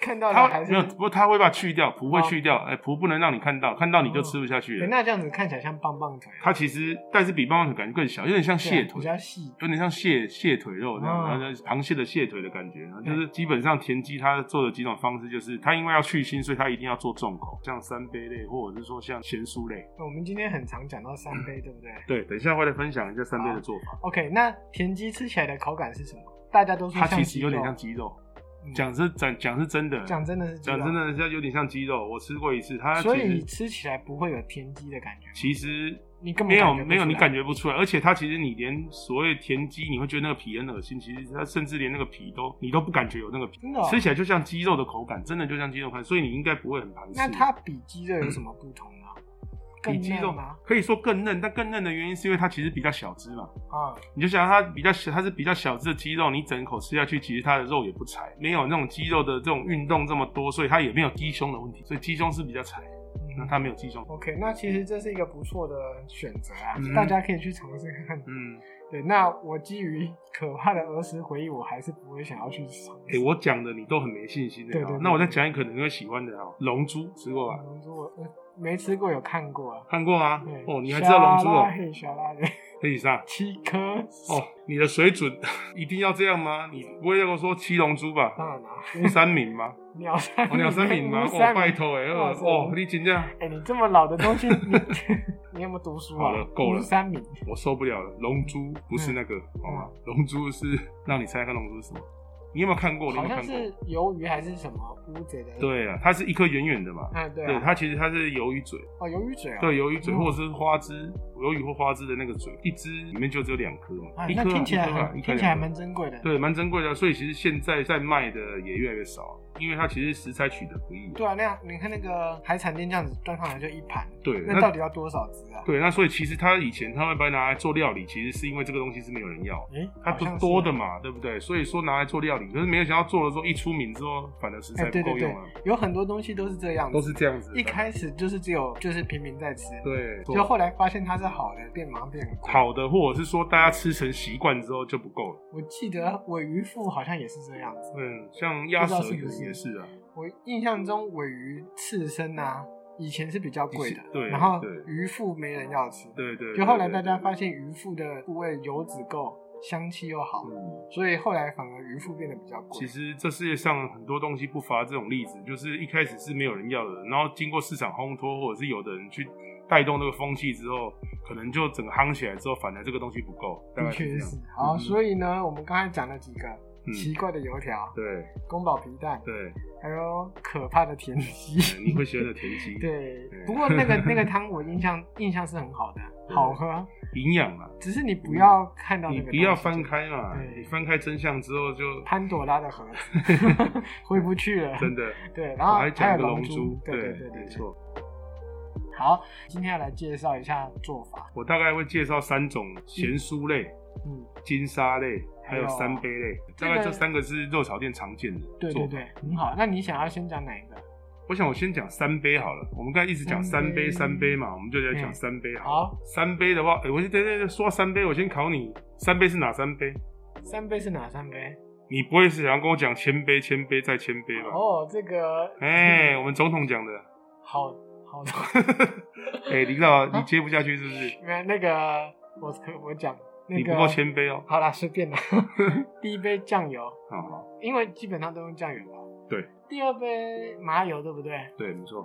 [SPEAKER 2] 看到
[SPEAKER 1] 它
[SPEAKER 2] 它还是
[SPEAKER 1] 没有，不过它会把它去掉，脯会
[SPEAKER 2] 哦
[SPEAKER 1] 去掉，哎，脯不能让你看到，看到你就吃不下去
[SPEAKER 2] 诶
[SPEAKER 1] 了。
[SPEAKER 2] 那这样子看起来像棒棒腿，啊
[SPEAKER 1] 它其实，但是比棒棒腿感觉更小，有点像
[SPEAKER 2] 对啊
[SPEAKER 1] 蟹腿
[SPEAKER 2] 比，较细。
[SPEAKER 1] 有点像蟹蟹腿肉这样，
[SPEAKER 2] 啊
[SPEAKER 1] 然后就是螃蟹的蟹腿的感觉，然后就是基本上田鸡它做的几种方式，就是它因为要去腥，所以它一定要做重口，像三杯类或者是说像咸酥类。
[SPEAKER 2] 我们今天很常讲到三杯，对不对
[SPEAKER 1] 对，等一下会来分享一下三杯的做法。
[SPEAKER 2] ？OK，那田鸡吃起来的口感是什么？大家都说
[SPEAKER 1] 它
[SPEAKER 2] 像
[SPEAKER 1] 其实
[SPEAKER 2] 鸡
[SPEAKER 1] 有点
[SPEAKER 2] 肉
[SPEAKER 1] 像鸡肉，
[SPEAKER 2] 嗯
[SPEAKER 1] 讲是讲讲是真的，
[SPEAKER 2] 讲真的是鸡
[SPEAKER 1] 讲
[SPEAKER 2] 肉
[SPEAKER 1] 真，的，它有点像鸡肉。我吃过一次，它
[SPEAKER 2] 所
[SPEAKER 1] 其
[SPEAKER 2] 以
[SPEAKER 1] 实
[SPEAKER 2] 吃起来不会有田鸡的感觉。
[SPEAKER 1] 其实
[SPEAKER 2] 你根本
[SPEAKER 1] 没有
[SPEAKER 2] 感觉不
[SPEAKER 1] 没有，
[SPEAKER 2] 出
[SPEAKER 1] 你
[SPEAKER 2] 来
[SPEAKER 1] 感觉不出来。而且它其实你连所谓田鸡，你会觉得那个皮很恶心，其实它甚至连那个皮都你都不感觉有那个皮，
[SPEAKER 2] 真的哦
[SPEAKER 1] 吃起来就像鸡肉的口感，真的就像鸡肉口感，所以你应该不会很排斥。
[SPEAKER 2] 那它比鸡肉有什么不同呢？
[SPEAKER 1] 比
[SPEAKER 2] 更
[SPEAKER 1] 鸡肉
[SPEAKER 2] 嫩吗？
[SPEAKER 1] 可以说更嫩，但更嫩的原因是因为它其实比较小只嘛。
[SPEAKER 2] 啊，
[SPEAKER 1] 你就想它比较小，它是比较小只的鸡肉，你整口吃下去，其实它的肉也不柴，没有那种鸡肉的这种运动这么多，所以它也没有鸡胸的问题，所以鸡胸是比较柴，那
[SPEAKER 2] 嗯
[SPEAKER 1] 它没有鸡胸。
[SPEAKER 2] OK，那其实这是一个不错的选择啊，
[SPEAKER 1] 嗯
[SPEAKER 2] 大家可以去尝试看看。
[SPEAKER 1] 嗯，
[SPEAKER 2] 对，那我基于可怕的儿时回忆，我还是不会想要去尝
[SPEAKER 1] 哎、
[SPEAKER 2] 试。
[SPEAKER 1] 我讲的你都很没信心的、哦
[SPEAKER 2] 对对对
[SPEAKER 1] 那我再讲一个可能会喜欢的哦，龙珠吃过吧？
[SPEAKER 2] 龙珠我呃没吃过，有看过啊。
[SPEAKER 1] 看过啊
[SPEAKER 2] 对？
[SPEAKER 1] 哦，你还知道龙珠
[SPEAKER 2] 小
[SPEAKER 1] 哦
[SPEAKER 2] 辣？嘿，小辣嘿
[SPEAKER 1] 黑以上
[SPEAKER 2] 七颗，
[SPEAKER 1] 哦，你的水准 一定要这样吗？你不会跟我说七龙珠吧？
[SPEAKER 2] 当然啦，
[SPEAKER 1] 乌三明吗？
[SPEAKER 2] 鸟三
[SPEAKER 1] 哦，两三明 吗？
[SPEAKER 2] 乌
[SPEAKER 1] 哦，
[SPEAKER 2] 三
[SPEAKER 1] 拜
[SPEAKER 2] 明。
[SPEAKER 1] 托哎、
[SPEAKER 2] 哇
[SPEAKER 1] 哦
[SPEAKER 2] 塞
[SPEAKER 1] 哦，你真正
[SPEAKER 2] 哎，你这么老的东西，你 你有没有读书
[SPEAKER 1] 好
[SPEAKER 2] 啊
[SPEAKER 1] 了？够了
[SPEAKER 2] 乌三明，
[SPEAKER 1] 我受不了了。龙珠不
[SPEAKER 2] 嗯
[SPEAKER 1] 是那个，好吗？龙珠是让你猜看龙珠是什么？你有没有看过？你有
[SPEAKER 2] 好
[SPEAKER 1] 没有看
[SPEAKER 2] 像是
[SPEAKER 1] 过？
[SPEAKER 2] 鱿鱼还是什么乌贼的？，
[SPEAKER 1] 对啊，它是一颗圆圆的嘛。
[SPEAKER 2] 啊对
[SPEAKER 1] 对，
[SPEAKER 2] 啊，
[SPEAKER 1] 它其实它是鱿鱼嘴，
[SPEAKER 2] 哦鱿鱼嘴啊，
[SPEAKER 1] 对，鱿鱼嘴
[SPEAKER 2] 嗯
[SPEAKER 1] 或者是花枝，鱿鱼或花枝的那个嘴，一只里面就只有两颗嘛，
[SPEAKER 2] 啊
[SPEAKER 1] 一颗
[SPEAKER 2] 那
[SPEAKER 1] 啊
[SPEAKER 2] 听起来
[SPEAKER 1] 一颗啊
[SPEAKER 2] 很
[SPEAKER 1] 一颗
[SPEAKER 2] 听起来
[SPEAKER 1] 两颗
[SPEAKER 2] 蛮珍贵的。
[SPEAKER 1] 对，蛮珍贵的啊，所以其实现在在卖的也越来越少，啊因为它其实食材取得不易啊。
[SPEAKER 2] 对啊，那样你看那个海产店这样子端上来就一盘，
[SPEAKER 1] 对，
[SPEAKER 2] 那到底要多少只啊？
[SPEAKER 1] 对，那所以其实它以前他们把它拿来做料理，其实是因为这个东西是没有人要，
[SPEAKER 2] 诶，
[SPEAKER 1] 它
[SPEAKER 2] 好像
[SPEAKER 1] 不
[SPEAKER 2] 是
[SPEAKER 1] 多的。嘛，对不对？所以说拿来做料理，可是没有想到做了之后一出名之后，反而食材
[SPEAKER 2] 哎、
[SPEAKER 1] 不
[SPEAKER 2] 对
[SPEAKER 1] 够
[SPEAKER 2] 对
[SPEAKER 1] 用
[SPEAKER 2] 对
[SPEAKER 1] 了，，
[SPEAKER 2] 有很多东西都是这样子，
[SPEAKER 1] 都是这样子的。
[SPEAKER 2] 一开始就是只有就是平民在吃，
[SPEAKER 1] 对，
[SPEAKER 2] 就后来发现它是好的，变马上变很贵。
[SPEAKER 1] 好的，或者是说大家吃成习惯之后就不够了。
[SPEAKER 2] 我记得尾鱼腹好像也是这样子，
[SPEAKER 1] 嗯，像鸭
[SPEAKER 2] 不知道
[SPEAKER 1] 舌
[SPEAKER 2] 是
[SPEAKER 1] 也
[SPEAKER 2] 不是
[SPEAKER 1] 也是啊，
[SPEAKER 2] 我印象中尾鱼刺身啊，以前是比较贵的
[SPEAKER 1] 以前，对
[SPEAKER 2] 然后
[SPEAKER 1] 对
[SPEAKER 2] 鱼腹没人要吃，
[SPEAKER 1] 对对。
[SPEAKER 2] 就
[SPEAKER 1] 对
[SPEAKER 2] 后来
[SPEAKER 1] 对
[SPEAKER 2] 大家
[SPEAKER 1] 对
[SPEAKER 2] 发现鱼腹的部位油脂够，香气又好，
[SPEAKER 1] 嗯，
[SPEAKER 2] 所以后来反而鱼腹变得比较贵
[SPEAKER 1] 其。实这世界上很多东西不乏这种例子，就是一开始是没有人要的，然后经过市场烘托，或者是有的人去带动那个风气之后，可能就整个夯起来之后，反而这个东西不够，大概
[SPEAKER 2] 的
[SPEAKER 1] 是这
[SPEAKER 2] 确
[SPEAKER 1] 样
[SPEAKER 2] 是。。好，
[SPEAKER 1] 嗯
[SPEAKER 2] 所以呢，我们刚才讲了几个
[SPEAKER 1] 嗯
[SPEAKER 2] 奇怪的油条、
[SPEAKER 1] 对
[SPEAKER 2] 宫保皮蛋，
[SPEAKER 1] 对，
[SPEAKER 2] 还有可怕的田鸡。
[SPEAKER 1] 嗯你会喜欢的田鸡，，
[SPEAKER 2] 对
[SPEAKER 1] 对，
[SPEAKER 2] 不过那个 那个汤我印象印象是很好的，
[SPEAKER 1] 对
[SPEAKER 2] 好喝。
[SPEAKER 1] 营养啊，
[SPEAKER 2] 只是你不要看到那
[SPEAKER 1] 你
[SPEAKER 2] 个东
[SPEAKER 1] 不
[SPEAKER 2] 西，
[SPEAKER 1] 要翻开嘛，
[SPEAKER 2] 对
[SPEAKER 1] 你翻开真相之后 就
[SPEAKER 2] 潘朵拉的盒 子，回不去了。
[SPEAKER 1] 真的，
[SPEAKER 2] 对，然
[SPEAKER 1] 我
[SPEAKER 2] 后
[SPEAKER 1] 还讲一
[SPEAKER 2] 有
[SPEAKER 1] 个龙
[SPEAKER 2] 珠
[SPEAKER 1] 珠，，
[SPEAKER 2] 对对对
[SPEAKER 1] 对，
[SPEAKER 2] 对，
[SPEAKER 1] 没错。
[SPEAKER 2] 好，今天要来介绍一下做法。
[SPEAKER 1] 我大概会介绍三种咸酥类、
[SPEAKER 2] 嗯，哎
[SPEAKER 1] 金沙类，
[SPEAKER 2] 还
[SPEAKER 1] 还
[SPEAKER 2] 有
[SPEAKER 1] 有三杯类，大概这三个是肉炒店常见的。
[SPEAKER 2] 对对。对，很好。那你想要先讲哪一个？
[SPEAKER 1] 我想我先讲三杯好了，我们刚才一直讲三杯
[SPEAKER 2] 三杯
[SPEAKER 1] 三杯嘛，我们就来讲
[SPEAKER 2] 嗯
[SPEAKER 1] 三杯好了。
[SPEAKER 2] 好，
[SPEAKER 1] 三杯的话，哎、我先等等等，说到三杯，我先考你，三杯是哪三杯？
[SPEAKER 2] 三杯是哪三杯？
[SPEAKER 1] 你不会是想要跟我讲千杯、千杯再千杯吧？
[SPEAKER 2] 哦，这个
[SPEAKER 1] 哎、我们总统讲的。
[SPEAKER 2] 好好的，
[SPEAKER 1] 哎、领导，
[SPEAKER 2] 啊
[SPEAKER 1] 你接不下去是不是？
[SPEAKER 2] 没有那个我可我讲那
[SPEAKER 1] 你
[SPEAKER 2] 个啊
[SPEAKER 1] 不够谦卑哦。
[SPEAKER 2] 好啦，随便啦。 第一杯酱油，
[SPEAKER 1] 好好，
[SPEAKER 2] 因为基本上都用酱油吧。
[SPEAKER 1] 对。
[SPEAKER 2] 第二杯麻油，对不对？
[SPEAKER 1] 对，没错，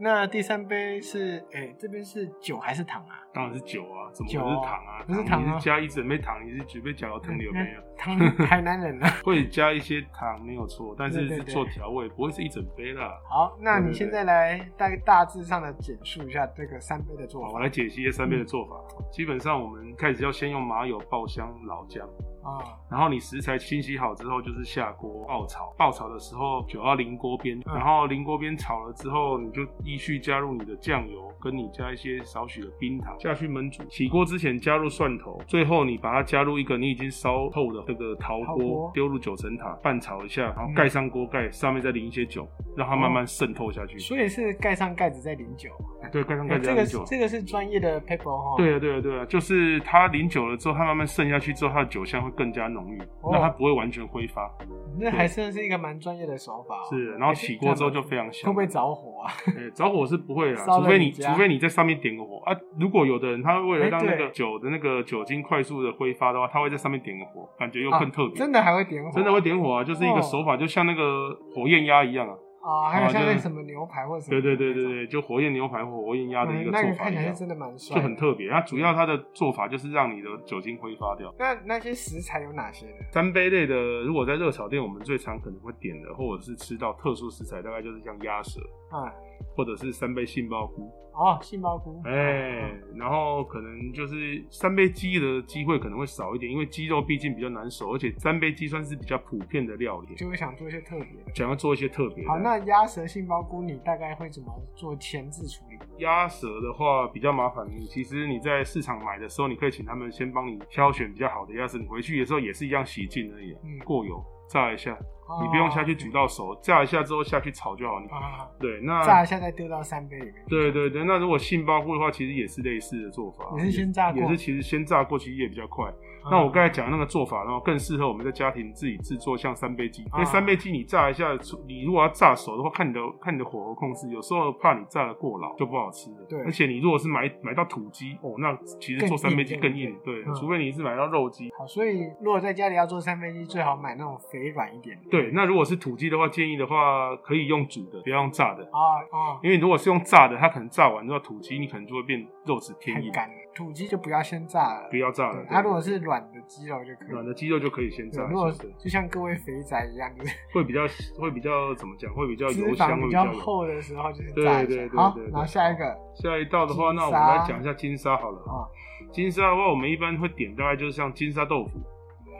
[SPEAKER 2] 那第三杯是，哎、这边是酒还是糖啊？
[SPEAKER 1] 当然是酒啊，怎么
[SPEAKER 2] 酒
[SPEAKER 1] 可能是糖啊？
[SPEAKER 2] 不是糖啊嗯
[SPEAKER 1] 你是加一整杯糖，你是啊准备加到汤里有没有？
[SPEAKER 2] 糖，台南人啊。
[SPEAKER 1] 会嗯加一些糖没有错，但是
[SPEAKER 2] 对
[SPEAKER 1] 是
[SPEAKER 2] 对对
[SPEAKER 1] 做调味，不会是一整杯啦。
[SPEAKER 2] 好，那
[SPEAKER 1] 对
[SPEAKER 2] 你
[SPEAKER 1] 对对
[SPEAKER 2] 现在来大大致上的简述一下这个三杯的做
[SPEAKER 1] 好，我
[SPEAKER 2] 法
[SPEAKER 1] 来解析一下三
[SPEAKER 2] 嗯
[SPEAKER 1] 杯的做法。基本上我们开始要先用麻油爆香老姜，
[SPEAKER 2] 啊、
[SPEAKER 1] 然后你食材清洗好之后，就是下锅爆炒。爆炒的时候，酒要淋锅边，
[SPEAKER 2] 嗯
[SPEAKER 1] 然后淋锅边炒了之后，你就依序加入你的酱油，跟你加一些少许的冰糖下去焖煮。起锅之前加入蒜头，最后你把它加入一个你已经烧透的这个陶
[SPEAKER 2] 陶
[SPEAKER 1] 锅
[SPEAKER 2] 锅，
[SPEAKER 1] 丢入九层塔拌炒一下，然后
[SPEAKER 2] 嗯
[SPEAKER 1] 盖上锅盖，上面再淋一些酒，让它慢慢渗透下去。
[SPEAKER 2] 所以是盖上盖子再淋酒。
[SPEAKER 1] 对，盖上
[SPEAKER 2] 哎
[SPEAKER 1] 盖
[SPEAKER 2] 这
[SPEAKER 1] 再
[SPEAKER 2] 个
[SPEAKER 1] 淋
[SPEAKER 2] 是
[SPEAKER 1] 酒。
[SPEAKER 2] 这个是专业的 paper 哦。
[SPEAKER 1] 对啊，对啊，对啊，就是它淋久了之后，它慢慢渗下去之后，它的酒香会更加浓郁，
[SPEAKER 2] 哦
[SPEAKER 1] 那它不会完全挥发。
[SPEAKER 2] 那还算是一个蛮专业的手法、哦。
[SPEAKER 1] 是，然后起锅之后就非常
[SPEAKER 2] 会
[SPEAKER 1] 香。
[SPEAKER 2] 不会着火啊？
[SPEAKER 1] 哎着火是不会啦，
[SPEAKER 2] 烧了
[SPEAKER 1] 除非
[SPEAKER 2] 你
[SPEAKER 1] 你
[SPEAKER 2] 家
[SPEAKER 1] 除非你在上面点个火啊。如果有的人他为了
[SPEAKER 2] 哎
[SPEAKER 1] 让那
[SPEAKER 2] 对
[SPEAKER 1] 个酒的那个酒精快速的挥发的话，他会在上面点个火，感觉又
[SPEAKER 2] 啊
[SPEAKER 1] 更特别。
[SPEAKER 2] 真的还会点火？
[SPEAKER 1] 真的会点火啊，就是一
[SPEAKER 2] 哦
[SPEAKER 1] 个手法，就像那个火焰鸭一样啊。
[SPEAKER 2] 啊？还有像那
[SPEAKER 1] 啊就
[SPEAKER 2] 什么牛排或者什么
[SPEAKER 1] 对
[SPEAKER 2] 的
[SPEAKER 1] 对
[SPEAKER 2] 那种？
[SPEAKER 1] 对对对，就火焰牛排或火焰鸭的一
[SPEAKER 2] 嗯，
[SPEAKER 1] 个
[SPEAKER 2] 那
[SPEAKER 1] 做
[SPEAKER 2] 个
[SPEAKER 1] 法
[SPEAKER 2] 看
[SPEAKER 1] 一
[SPEAKER 2] 起来
[SPEAKER 1] 样
[SPEAKER 2] 是，真的蛮帅
[SPEAKER 1] 就
[SPEAKER 2] 的，
[SPEAKER 1] 很特别。它主要它的做法就是让你的酒精挥发掉。
[SPEAKER 2] 那那些食材有哪些呢？
[SPEAKER 1] 三杯类的，如果在热炒店，我们最常可能会点的，或者是吃到特殊食材，大概就是像鸭舌，
[SPEAKER 2] 啊、
[SPEAKER 1] 或者是三杯杏鲍菇，
[SPEAKER 2] 哦，杏鲍菇，
[SPEAKER 1] 哎、然后可能就是三杯鸡的机会可能会少一点，因为鸡肉毕竟比较难熟，而且三杯鸡算是比较普遍的料理，
[SPEAKER 2] 就会想做一些特别的。
[SPEAKER 1] 想要做一些特别的。
[SPEAKER 2] 好，那鸭舌杏鲍菇你大概会怎么做前置处理？
[SPEAKER 1] 鸭舌的话比较麻烦，你其实你在市场买的时候，你可以请他们先帮你挑选比较好的鸭舌，你回去的时候也是一样洗净而已啊、
[SPEAKER 2] 嗯
[SPEAKER 1] 过油炸一下，
[SPEAKER 2] 哦
[SPEAKER 1] 你不用下去煮到熟，炸一下之后下去炒就好。你
[SPEAKER 2] 啊，
[SPEAKER 1] 对，那
[SPEAKER 2] 炸一下再丢到三杯里面。
[SPEAKER 1] 对对对，那如果杏鲍菇的话，其实也是类似的做法，
[SPEAKER 2] 也是先炸过
[SPEAKER 1] 也是其实先炸过，其实也比较快。
[SPEAKER 2] 啊
[SPEAKER 1] 那我刚才讲的那个做法，然后更适合我们在家庭自己制作，像三杯鸡。因
[SPEAKER 2] 啊
[SPEAKER 1] 为三杯鸡你炸一下，你如果要炸熟的话，看你的看你的火候控制，有时候怕你炸的过老就不好吃了。
[SPEAKER 2] 对
[SPEAKER 1] 而且你如果是买买到土鸡，哦，那其实
[SPEAKER 2] 更
[SPEAKER 1] 做三杯鸡
[SPEAKER 2] 硬
[SPEAKER 1] 更硬，
[SPEAKER 2] 对
[SPEAKER 1] 对，
[SPEAKER 2] 嗯
[SPEAKER 1] 除非你是买到肉鸡。
[SPEAKER 2] 好，所以如果在家里要做三杯鸡，最好买那种肥软一点的。
[SPEAKER 1] 对，那如果是土鸡的话，建议的话可以用煮的，不要用炸的。
[SPEAKER 2] 啊啊，
[SPEAKER 1] 因为如果是用炸的，它可能炸完之后土鸡，你可能就会变肉质
[SPEAKER 2] 太
[SPEAKER 1] 偏硬，
[SPEAKER 2] 干了，土鸡就不要先炸了。
[SPEAKER 1] 不要炸了
[SPEAKER 2] 对。
[SPEAKER 1] 对
[SPEAKER 2] 它如果是软的鸡肉就可
[SPEAKER 1] 软
[SPEAKER 2] 以。
[SPEAKER 1] 的鸡肉就可以先炸
[SPEAKER 2] 对，
[SPEAKER 1] 一
[SPEAKER 2] 如果
[SPEAKER 1] 下，对
[SPEAKER 2] 就像各位肥宅一样，就是
[SPEAKER 1] 会比较会比较怎么讲？会比较
[SPEAKER 2] 脂
[SPEAKER 1] 油香，
[SPEAKER 2] 肪
[SPEAKER 1] 会
[SPEAKER 2] 比
[SPEAKER 1] 较
[SPEAKER 2] 较
[SPEAKER 1] 油。
[SPEAKER 2] 厚的时候，就是
[SPEAKER 1] 对
[SPEAKER 2] 炸一
[SPEAKER 1] 对
[SPEAKER 2] 下。
[SPEAKER 1] 对
[SPEAKER 2] 好
[SPEAKER 1] 对，对
[SPEAKER 2] 然后下一个
[SPEAKER 1] 下一道的话，
[SPEAKER 2] 金
[SPEAKER 1] 那我们
[SPEAKER 2] 沙
[SPEAKER 1] 来讲一下金沙好了
[SPEAKER 2] 啊
[SPEAKER 1] 啊。金沙的话，我们一般会点大概就是像金沙豆腐、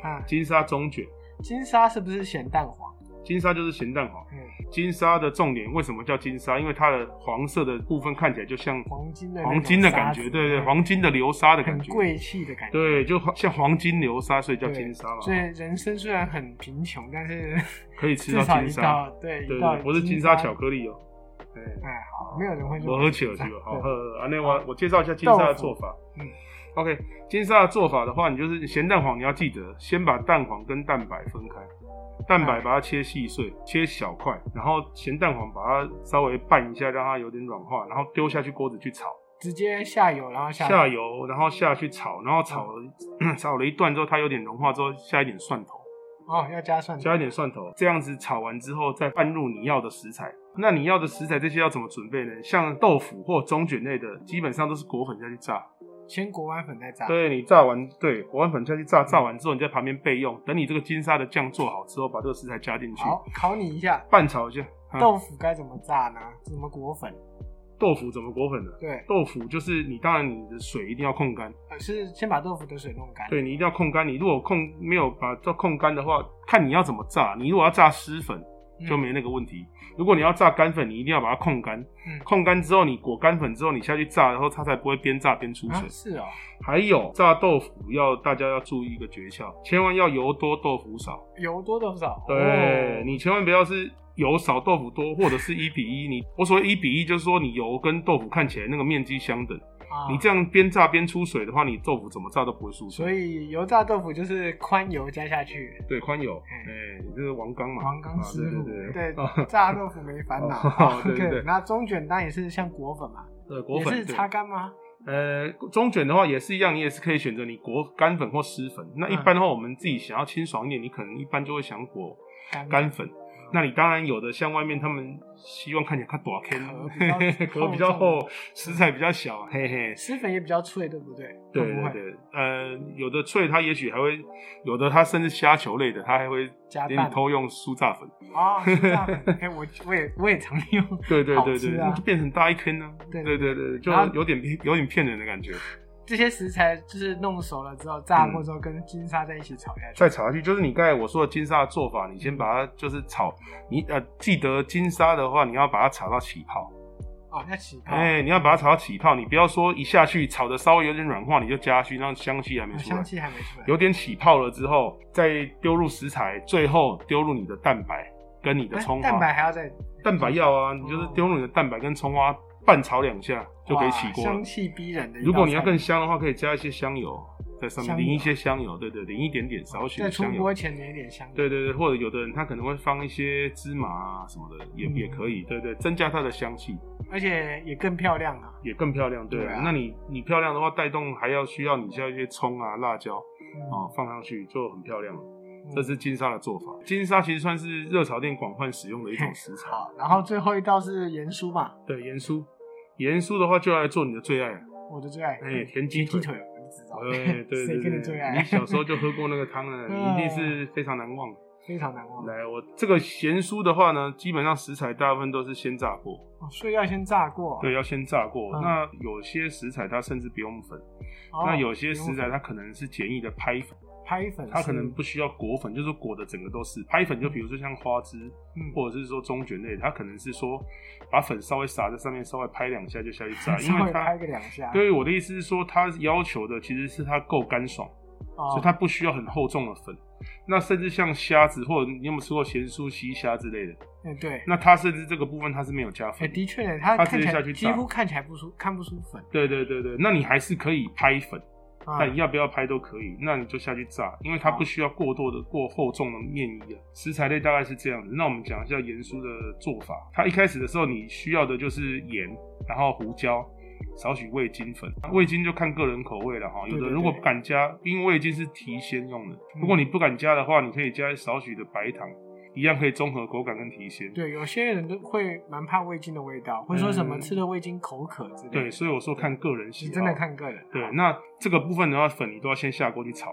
[SPEAKER 2] 啊，
[SPEAKER 1] 金沙中卷。
[SPEAKER 2] 金沙是不是咸蛋黄？
[SPEAKER 1] 金沙就是咸蛋黄，
[SPEAKER 2] 嗯，
[SPEAKER 1] 金沙的重点为什么叫金沙？因为它的黄色的部分看起来就像
[SPEAKER 2] 黄金的那种
[SPEAKER 1] 黄金的感觉，
[SPEAKER 2] 沙子嗯
[SPEAKER 1] 对对，黄金的流沙的感
[SPEAKER 2] 很
[SPEAKER 1] 觉，
[SPEAKER 2] 贵气的感觉。
[SPEAKER 1] 对，就像黄金流沙，所以叫
[SPEAKER 2] 对
[SPEAKER 1] 金沙嘛，
[SPEAKER 2] 所以人生虽然很贫穷，但是
[SPEAKER 1] 可以 吃
[SPEAKER 2] 至
[SPEAKER 1] 到
[SPEAKER 2] 少
[SPEAKER 1] 金
[SPEAKER 2] 一
[SPEAKER 1] 沙
[SPEAKER 2] 道，，对
[SPEAKER 1] 对
[SPEAKER 2] 一道
[SPEAKER 1] 对，不是金沙巧克力哦，对。
[SPEAKER 2] 力。哎，好，没有人会说
[SPEAKER 1] 我喝酒去
[SPEAKER 2] 金沙
[SPEAKER 1] 了，好
[SPEAKER 2] 对
[SPEAKER 1] 喝。啊，那我我介绍一下金沙的做法。
[SPEAKER 2] 嗯
[SPEAKER 1] ，OK，金沙的做法的话，你就是咸蛋黄，你要记得先把蛋黄跟蛋白分开，蛋白
[SPEAKER 2] 哎
[SPEAKER 1] 把它切细碎，切小块，然后咸蛋黄把它稍微拌一下，让它有点软化，然后丢下去锅子去炒。
[SPEAKER 2] 直接下油，然后下
[SPEAKER 1] 下油，然后下去炒，然后炒了、炒了一段之后，它有点融化之后，下一点蒜头，
[SPEAKER 2] 哦，要加蒜头
[SPEAKER 1] 加一点蒜头，这样子炒完之后再拌入你要的食材。那你要的食材这些要怎么准备呢？像豆腐或中卷类的，基本上都是裹粉下去炸。
[SPEAKER 2] 先裹完粉再炸。
[SPEAKER 1] 对你炸完，对裹完粉下去
[SPEAKER 2] 嗯
[SPEAKER 1] 炸，炸完之后你在旁边备用。等你这个金沙的酱做好之后，把这个食材加进去，
[SPEAKER 2] 好，考你一下，
[SPEAKER 1] 拌炒一下。啊
[SPEAKER 2] 豆腐该怎么炸呢？怎么裹粉？
[SPEAKER 1] 豆腐怎么裹粉呢？
[SPEAKER 2] 对，
[SPEAKER 1] 豆腐就是你，当然你的水一定要控干，
[SPEAKER 2] 呃是先把豆腐的水弄干。
[SPEAKER 1] 对你一定要控干。你如果控没有把它控干的话，看你要怎么炸。你如果要炸湿粉
[SPEAKER 2] 嗯，
[SPEAKER 1] 就没那个问题。如果你要炸干粉，你一定要把它控干。
[SPEAKER 2] 嗯
[SPEAKER 1] 控干之后，你裹干粉之后，你下去炸，然后它才不会边炸边出水。
[SPEAKER 2] 啊，是哦，
[SPEAKER 1] 还有炸豆腐要大家要注意一个诀窍，千万要油多豆腐少。
[SPEAKER 2] 油多豆腐少。
[SPEAKER 1] 对
[SPEAKER 2] 哦
[SPEAKER 1] 你千万不要是油少豆腐多，或者是一比一。你我所谓一比一，就是说你油跟豆腐看起来那个面积相等。
[SPEAKER 2] 啊
[SPEAKER 1] 你这样边炸边出水的话，你豆腐怎么炸都不会出水。
[SPEAKER 2] 所以油炸豆腐就是宽油加下去，
[SPEAKER 1] 对宽油，
[SPEAKER 2] 嗯
[SPEAKER 1] 哎、这是王刚嘛？
[SPEAKER 2] 王刚
[SPEAKER 1] 啊
[SPEAKER 2] 师傅
[SPEAKER 1] 对对
[SPEAKER 2] 对
[SPEAKER 1] 对，啊
[SPEAKER 2] 炸豆腐没烦恼
[SPEAKER 1] 哦。对对对
[SPEAKER 2] 那中卷当然也是像裹粉嘛，
[SPEAKER 1] 对裹
[SPEAKER 2] 也
[SPEAKER 1] 粉
[SPEAKER 2] 是
[SPEAKER 1] 对
[SPEAKER 2] 擦干吗？
[SPEAKER 1] 呃，中卷的话也是一样，你也是可以选择你裹干粉或湿粉。
[SPEAKER 2] 嗯
[SPEAKER 1] 那一般的话，我们自己想要清爽一点，你可能一般就会想裹
[SPEAKER 2] 干
[SPEAKER 1] 干粉。那你当然有的像外面他们希望看起来看短 K，
[SPEAKER 2] 壳
[SPEAKER 1] 壳
[SPEAKER 2] 比
[SPEAKER 1] 比
[SPEAKER 2] 较
[SPEAKER 1] 较
[SPEAKER 2] 厚
[SPEAKER 1] 厚，食材比较小，嘿嘿。
[SPEAKER 2] 湿粉也比较脆，对不对？
[SPEAKER 1] 对
[SPEAKER 2] 会不
[SPEAKER 1] 对
[SPEAKER 2] 会
[SPEAKER 1] 对，呃，有的脆它也许还会，有的它甚至虾球类的，它还会
[SPEAKER 2] 加
[SPEAKER 1] 给你
[SPEAKER 2] 蛋
[SPEAKER 1] 偷用酥炸粉。
[SPEAKER 2] 哦，是这样粉。哎，我我也我也常用。
[SPEAKER 1] 对对
[SPEAKER 2] 好
[SPEAKER 1] 对
[SPEAKER 2] 吃
[SPEAKER 1] 对，
[SPEAKER 2] 啊
[SPEAKER 1] 就变成大一坑呢、
[SPEAKER 2] 对
[SPEAKER 1] 对对对，就
[SPEAKER 2] 然后
[SPEAKER 1] 有点骗有点骗人的感觉。
[SPEAKER 2] 这些食材就是弄熟了之后，炸过之后跟金沙在一起炒下去。
[SPEAKER 1] 再炒下去，就是你刚才我说的金沙的做法，你先把它就是炒，你呃记得金沙的话，你要把它炒到起泡。
[SPEAKER 2] 哦，要起泡，
[SPEAKER 1] 哎、你要把它炒到起泡，你不要说一下去炒的稍微有点软化，你就加下去，让香气还没
[SPEAKER 2] 啊
[SPEAKER 1] 出来
[SPEAKER 2] 香。气还没出来。
[SPEAKER 1] 有点起泡了之后，再丢入食材，最后丢入你的蛋白跟你的
[SPEAKER 2] 哎
[SPEAKER 1] 葱花。
[SPEAKER 2] 蛋白还要哦再
[SPEAKER 1] 蛋白要啊，你就是丢入你的蛋白跟葱花拌炒两下就可以起锅
[SPEAKER 2] 哇
[SPEAKER 1] 了
[SPEAKER 2] 香。气逼人的一道菜。
[SPEAKER 1] 如果你要更香的话，可以加一些香油在上面，
[SPEAKER 2] 香油
[SPEAKER 1] 淋一些香油，对对，淋一点点少许
[SPEAKER 2] 在
[SPEAKER 1] 的
[SPEAKER 2] 出
[SPEAKER 1] 香
[SPEAKER 2] 锅
[SPEAKER 1] 油。
[SPEAKER 2] 前淋一点香油。
[SPEAKER 1] 对对对，或者有的人他可能会放一些芝麻啊什么的，也、
[SPEAKER 2] 嗯
[SPEAKER 1] 也可以，对对，增加它的香气，
[SPEAKER 2] 而且也更漂亮啊。
[SPEAKER 1] 也更漂亮。对，
[SPEAKER 2] 对啊
[SPEAKER 1] 那你你漂亮的话，带动还要需要你加一些葱啊、辣椒
[SPEAKER 2] 嗯
[SPEAKER 1] 啊、放上去，就很漂亮了。
[SPEAKER 2] 嗯
[SPEAKER 1] 这是金沙的做法。金沙其实算是热炒店广泛使用的一种 食材。
[SPEAKER 2] 好，然后最后一道是盐酥嘛，
[SPEAKER 1] 对，盐酥，盐酥的话就来做你的最爱了。
[SPEAKER 2] 我的最爱。
[SPEAKER 1] 哎田鸡
[SPEAKER 2] 鸡
[SPEAKER 1] 腿哎
[SPEAKER 2] 腿，我就知道。
[SPEAKER 1] 对对对
[SPEAKER 2] 谁
[SPEAKER 1] 对
[SPEAKER 2] 跟你
[SPEAKER 1] 对，
[SPEAKER 2] 最爱
[SPEAKER 1] 你小时候就喝过那个汤了，
[SPEAKER 2] 嗯
[SPEAKER 1] 你一定是非常难忘。
[SPEAKER 2] 非常难忘。
[SPEAKER 1] 来，我这个咸酥的话呢，基本上食材大部分都是先炸过，
[SPEAKER 2] 哦所以要先炸过。啊
[SPEAKER 1] 对，要先炸过。
[SPEAKER 2] 嗯
[SPEAKER 1] 那有些食材它甚至不用粉，
[SPEAKER 2] 哦，
[SPEAKER 1] 那有些食
[SPEAKER 2] 不用
[SPEAKER 1] 材它可能是简易的拍粉，
[SPEAKER 2] 拍粉是，
[SPEAKER 1] 它可能不需要裹粉，就是裹的整个都是拍粉。就比如说像花枝，
[SPEAKER 2] 嗯
[SPEAKER 1] 或者是说中卷类，它可能是说把粉稍微撒在上面，稍微拍两下就下去炸，因
[SPEAKER 2] 稍微
[SPEAKER 1] 为
[SPEAKER 2] 拍
[SPEAKER 1] 它。
[SPEAKER 2] 个两下。
[SPEAKER 1] 对，我的意思是说，它要求的其实是它够干爽。
[SPEAKER 2] 哦，
[SPEAKER 1] 所以它不需要很厚重的粉。那甚至像虾子，或者你有没有吃过咸酥西虾之类的？
[SPEAKER 2] 嗯对。
[SPEAKER 1] 那它甚至这个部分它是没有加
[SPEAKER 2] 哎，
[SPEAKER 1] 粉的。
[SPEAKER 2] 的确呢，它
[SPEAKER 1] 它
[SPEAKER 2] 看
[SPEAKER 1] 直
[SPEAKER 2] 起
[SPEAKER 1] 接
[SPEAKER 2] 来
[SPEAKER 1] 下去
[SPEAKER 2] 几
[SPEAKER 1] 炸
[SPEAKER 2] 乎看起来不出看不出粉
[SPEAKER 1] 对对对对，那你还是可以拍粉，
[SPEAKER 2] 啊
[SPEAKER 1] 那你要不要拍都可以，那你就下去炸，因为它不需要过多的过厚重的面衣啊。食材类大概是这样子。那我们讲一下盐酥的做法。它一开始的时候，你需要的就是盐，然后胡椒。少许味精粉，味精就看个人口味了哈。有
[SPEAKER 2] 对
[SPEAKER 1] 的
[SPEAKER 2] 对
[SPEAKER 1] 如果
[SPEAKER 2] 对
[SPEAKER 1] 不敢加，因为味精是提鲜用的，
[SPEAKER 2] 嗯
[SPEAKER 1] 如果你不敢加的话，你可以加少许的白糖，一样可以综合口感跟提鲜。
[SPEAKER 2] 对，有些人都会蛮怕味精的味道，会说什么
[SPEAKER 1] 嗯
[SPEAKER 2] 吃了味精口渴之类的。
[SPEAKER 1] 对，所以我说看个人喜
[SPEAKER 2] 是
[SPEAKER 1] 好。
[SPEAKER 2] 真的看个人。
[SPEAKER 1] 对，那这个部分的话，粉你都要先下锅去炒。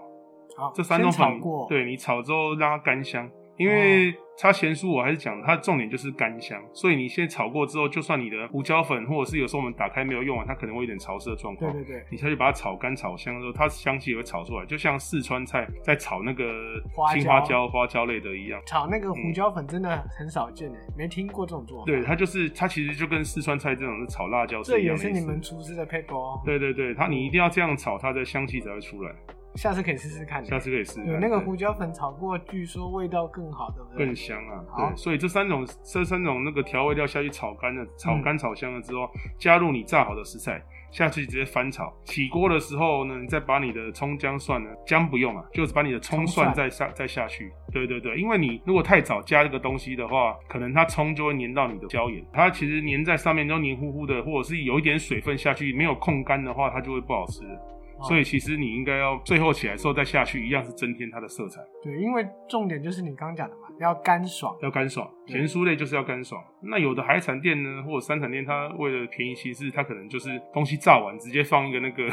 [SPEAKER 2] 好，
[SPEAKER 1] 这三种
[SPEAKER 2] 先
[SPEAKER 1] 粉
[SPEAKER 2] 炒过，，哦
[SPEAKER 1] 对你炒之后让它干香，因为它咸酥我还是讲它的重点就是干香，所以你先炒过之后，就算你的胡椒粉或者是有时候我们打开没有用完，它可能会有点潮湿的状
[SPEAKER 2] 对
[SPEAKER 1] 况。
[SPEAKER 2] 对对，
[SPEAKER 1] 你下去把它炒干、炒香之后，它香气也会炒出来，就像四川菜在炒那个
[SPEAKER 2] 花椒
[SPEAKER 1] 青花椒、花椒类的一样。
[SPEAKER 2] 炒那个胡椒粉真的很少见诶，没听过这种做法。
[SPEAKER 1] 嗯对，它就是它其实就跟四川菜这种是炒辣椒
[SPEAKER 2] 这
[SPEAKER 1] 是一
[SPEAKER 2] 也
[SPEAKER 1] 样的
[SPEAKER 2] 是
[SPEAKER 1] 意思。
[SPEAKER 2] 你们厨师的配 a 哦。
[SPEAKER 1] 对对对，它你一定要这样炒，它的香气才会出来。
[SPEAKER 2] 下次可以试试看。
[SPEAKER 1] 下次可以试试看。
[SPEAKER 2] 有那个
[SPEAKER 1] 对
[SPEAKER 2] 胡椒粉炒过，据说味道更好，对不对？
[SPEAKER 1] 更香啊。
[SPEAKER 2] 好
[SPEAKER 1] 对，所以这三种这三种那个调味料下去炒干了，炒
[SPEAKER 2] 嗯
[SPEAKER 1] 干炒香了之后，加入你炸好的食材。下去直接翻炒，起锅的时候呢，你再把你的葱姜蒜呢，姜不用啊，就是把你的葱
[SPEAKER 2] 葱
[SPEAKER 1] 蒜
[SPEAKER 2] 蒜
[SPEAKER 1] 再下再下去。对对对，因为你如果太早加这个东西的话，可能它葱就会粘到你的椒盐，它其实粘在上面都黏糊糊的，或者是有一点水分下去没有控干的话，它就会不好吃了。
[SPEAKER 2] 哦
[SPEAKER 1] 所以其实你应该要最后起来之后再下去，一样是增添它的色彩。
[SPEAKER 2] 对，因为重点就是你刚讲的嘛，要干爽。
[SPEAKER 1] 要干爽，
[SPEAKER 2] 对
[SPEAKER 1] 咸酥类就是要干爽。那有的海产店呢，或者三产店，它为了便宜行事，它可能就是东西炸完直接放一个那个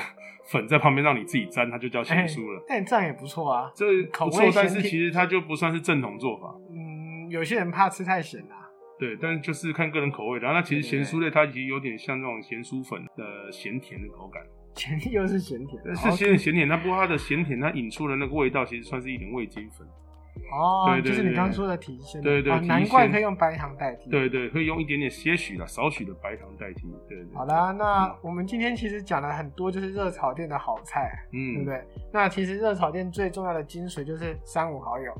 [SPEAKER 1] 粉在旁边让你自己沾，它就叫咸酥了。
[SPEAKER 2] 哎但这样也不错啊。
[SPEAKER 1] 这
[SPEAKER 2] 口
[SPEAKER 1] 不
[SPEAKER 2] 味
[SPEAKER 1] 错，
[SPEAKER 2] 咸
[SPEAKER 1] 但是
[SPEAKER 2] 甜
[SPEAKER 1] 其实它就不算是正统做法。
[SPEAKER 2] 嗯，有些人怕吃太咸啊。
[SPEAKER 1] 对，但是就是看个人口味。然后那其实咸酥类它其实有点像那种咸酥粉的咸甜的口感，
[SPEAKER 2] 咸又是咸甜，
[SPEAKER 1] 但是其实咸甜，它不过它的咸甜它引出的那个味道，其实算是一点味精粉。
[SPEAKER 2] 哦，
[SPEAKER 1] 对对
[SPEAKER 2] 就是你
[SPEAKER 1] 对
[SPEAKER 2] 刚说的提鲜，
[SPEAKER 1] 对对
[SPEAKER 2] 哦
[SPEAKER 1] 提鲜
[SPEAKER 2] 难怪可以用白糖代替。，
[SPEAKER 1] 对对，会用一点点些许啦，少许的白糖代替。对对，
[SPEAKER 2] 好，啦，那我们今天其实讲了很多，就是热炒店的好菜，
[SPEAKER 1] 嗯，
[SPEAKER 2] 对不对？那其实热炒店最重要的精髓就是三五好友、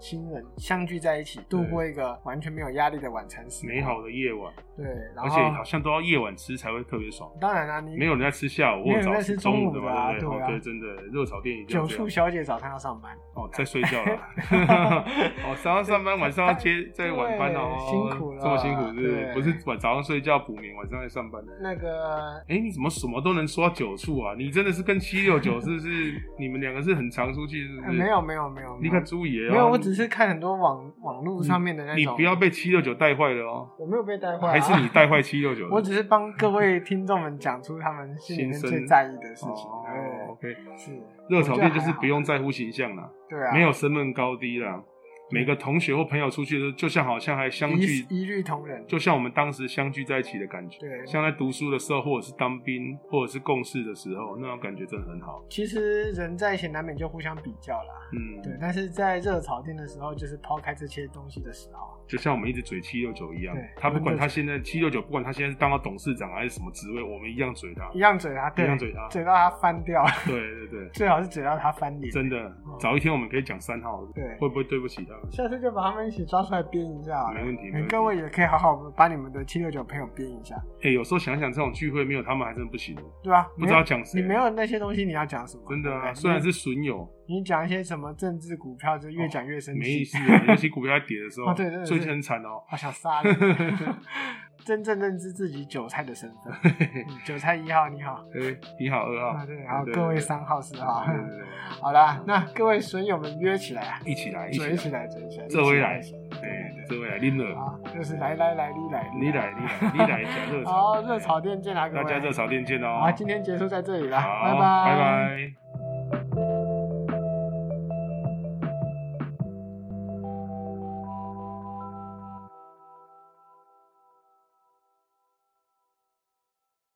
[SPEAKER 2] 亲人相聚在一起，度过一个完全没有压力的晚餐时光
[SPEAKER 1] 美。好的夜晚。
[SPEAKER 2] 对，然
[SPEAKER 1] 而
[SPEAKER 2] 后
[SPEAKER 1] 且好像都要夜晚吃才会特别爽，
[SPEAKER 2] 当然啦、你
[SPEAKER 1] 没有人在吃下午
[SPEAKER 2] 没
[SPEAKER 1] 或
[SPEAKER 2] 有人
[SPEAKER 1] 早
[SPEAKER 2] 在吃
[SPEAKER 1] 中
[SPEAKER 2] 中午
[SPEAKER 1] 的
[SPEAKER 2] 的
[SPEAKER 1] 嘛，
[SPEAKER 2] 啊
[SPEAKER 1] 对不对？
[SPEAKER 2] 对啊
[SPEAKER 1] 哦对，真的热炒店一定要
[SPEAKER 2] 九
[SPEAKER 1] 这样
[SPEAKER 2] 处小姐早上要上班，
[SPEAKER 1] 哦，在睡 觉了。 哦，早上上班，晚上要接在晚班哦，
[SPEAKER 2] 对辛苦了
[SPEAKER 1] 这么辛苦是不是？
[SPEAKER 2] 对
[SPEAKER 1] 不是晚早上睡觉补眠，晚上在上班。
[SPEAKER 2] 那个
[SPEAKER 1] 哎，你怎么什么都能说到九处啊？你真的是跟七六九是不是？你们两个是很常出去是不
[SPEAKER 2] 呃
[SPEAKER 1] 是？
[SPEAKER 2] 没，有没有没有，
[SPEAKER 1] 嗯你看朱爷哦，
[SPEAKER 2] 没有，我只是看很多网网络上面的那
[SPEAKER 1] 你
[SPEAKER 2] 种，
[SPEAKER 1] 不要被七六九带坏了哦，
[SPEAKER 2] 我没有被带坏、啊，
[SPEAKER 1] 还是你带坏七六九？
[SPEAKER 2] 我只是帮各位听众们讲出他们心里面
[SPEAKER 1] 心声
[SPEAKER 2] 最在意的事情。
[SPEAKER 1] 哦，OK，
[SPEAKER 2] 对，是
[SPEAKER 1] 热炒店就是不用在乎形象啦。
[SPEAKER 2] 对啊，
[SPEAKER 1] 没有身份高低啦。每个同学或朋友出去的时候，就像好像还相聚，
[SPEAKER 2] 嗯一一律同仁。
[SPEAKER 1] 就像我们当时相聚在一起的感觉。
[SPEAKER 2] 对，
[SPEAKER 1] 像在读书的时候，或者是当兵，或者是共事的时候，那种感觉真的很好。
[SPEAKER 2] 其实人在一起难免就互相比较啦。
[SPEAKER 1] 嗯，
[SPEAKER 2] 对，但是在热炒店的时候，就是抛开这些东西的时候，
[SPEAKER 1] 就像我们一直嘴七六九一样
[SPEAKER 2] 对，
[SPEAKER 1] 他不管他现在七六九，不管他现在是当到董事长还是什么职位，我们一样嘴他
[SPEAKER 2] 一。样嘴他，对，
[SPEAKER 1] 一样嘴他
[SPEAKER 2] 嘴到他翻掉，
[SPEAKER 1] 对对 对，
[SPEAKER 2] 最好是嘴到他翻脸。
[SPEAKER 1] 真的，早一天我们可以讲三号，
[SPEAKER 2] 嗯对
[SPEAKER 1] 会不会对不起他？
[SPEAKER 2] 下次就把他们一起抓出来编一下好了。
[SPEAKER 1] 没问题
[SPEAKER 2] 你
[SPEAKER 1] 没问题
[SPEAKER 2] 各位也可以好好把你们的七六九朋友编一下，
[SPEAKER 1] 哎，有时候想想这种聚会没有他们还真不行，
[SPEAKER 2] 对吧？
[SPEAKER 1] 不知道讲谁。啊
[SPEAKER 2] 你没有那些东西，你要讲什么？
[SPEAKER 1] 真的
[SPEAKER 2] 对不
[SPEAKER 1] 啊，
[SPEAKER 2] 对
[SPEAKER 1] 虽然是损友，
[SPEAKER 2] 你讲一些什么政治股票，就越讲越生
[SPEAKER 1] 没
[SPEAKER 2] 气，
[SPEAKER 1] 意思啊，尤其股票在跌的时候，
[SPEAKER 2] 哦对真的是
[SPEAKER 1] 最近很惨哦。
[SPEAKER 2] 好想杀 你。真正认知自己韭菜的身 份，嗯韭菜一号你好，
[SPEAKER 1] 哎，你好，二号
[SPEAKER 2] 啊，对，好，各位三号四号，
[SPEAKER 1] 对对对对
[SPEAKER 2] 好啦，那各位损友们约起来啊，
[SPEAKER 1] 一起来，
[SPEAKER 2] 嘴
[SPEAKER 1] 一起
[SPEAKER 2] 起
[SPEAKER 1] 来，
[SPEAKER 2] 来，嘴起来，
[SPEAKER 1] 这回来
[SPEAKER 2] 一起一起对
[SPEAKER 1] 哎
[SPEAKER 2] 对，对，
[SPEAKER 1] 这位来，拎了，
[SPEAKER 2] 好，就是来来来，你来
[SPEAKER 1] 你来，你来，你来，加热
[SPEAKER 2] 好，
[SPEAKER 1] 炒，
[SPEAKER 2] 热炒店见啦，各
[SPEAKER 1] 大
[SPEAKER 2] 位，
[SPEAKER 1] 家热，炒店见哦
[SPEAKER 2] 好，，今天结束在这里啦，
[SPEAKER 1] 好，
[SPEAKER 2] 啊拜
[SPEAKER 1] 拜拜。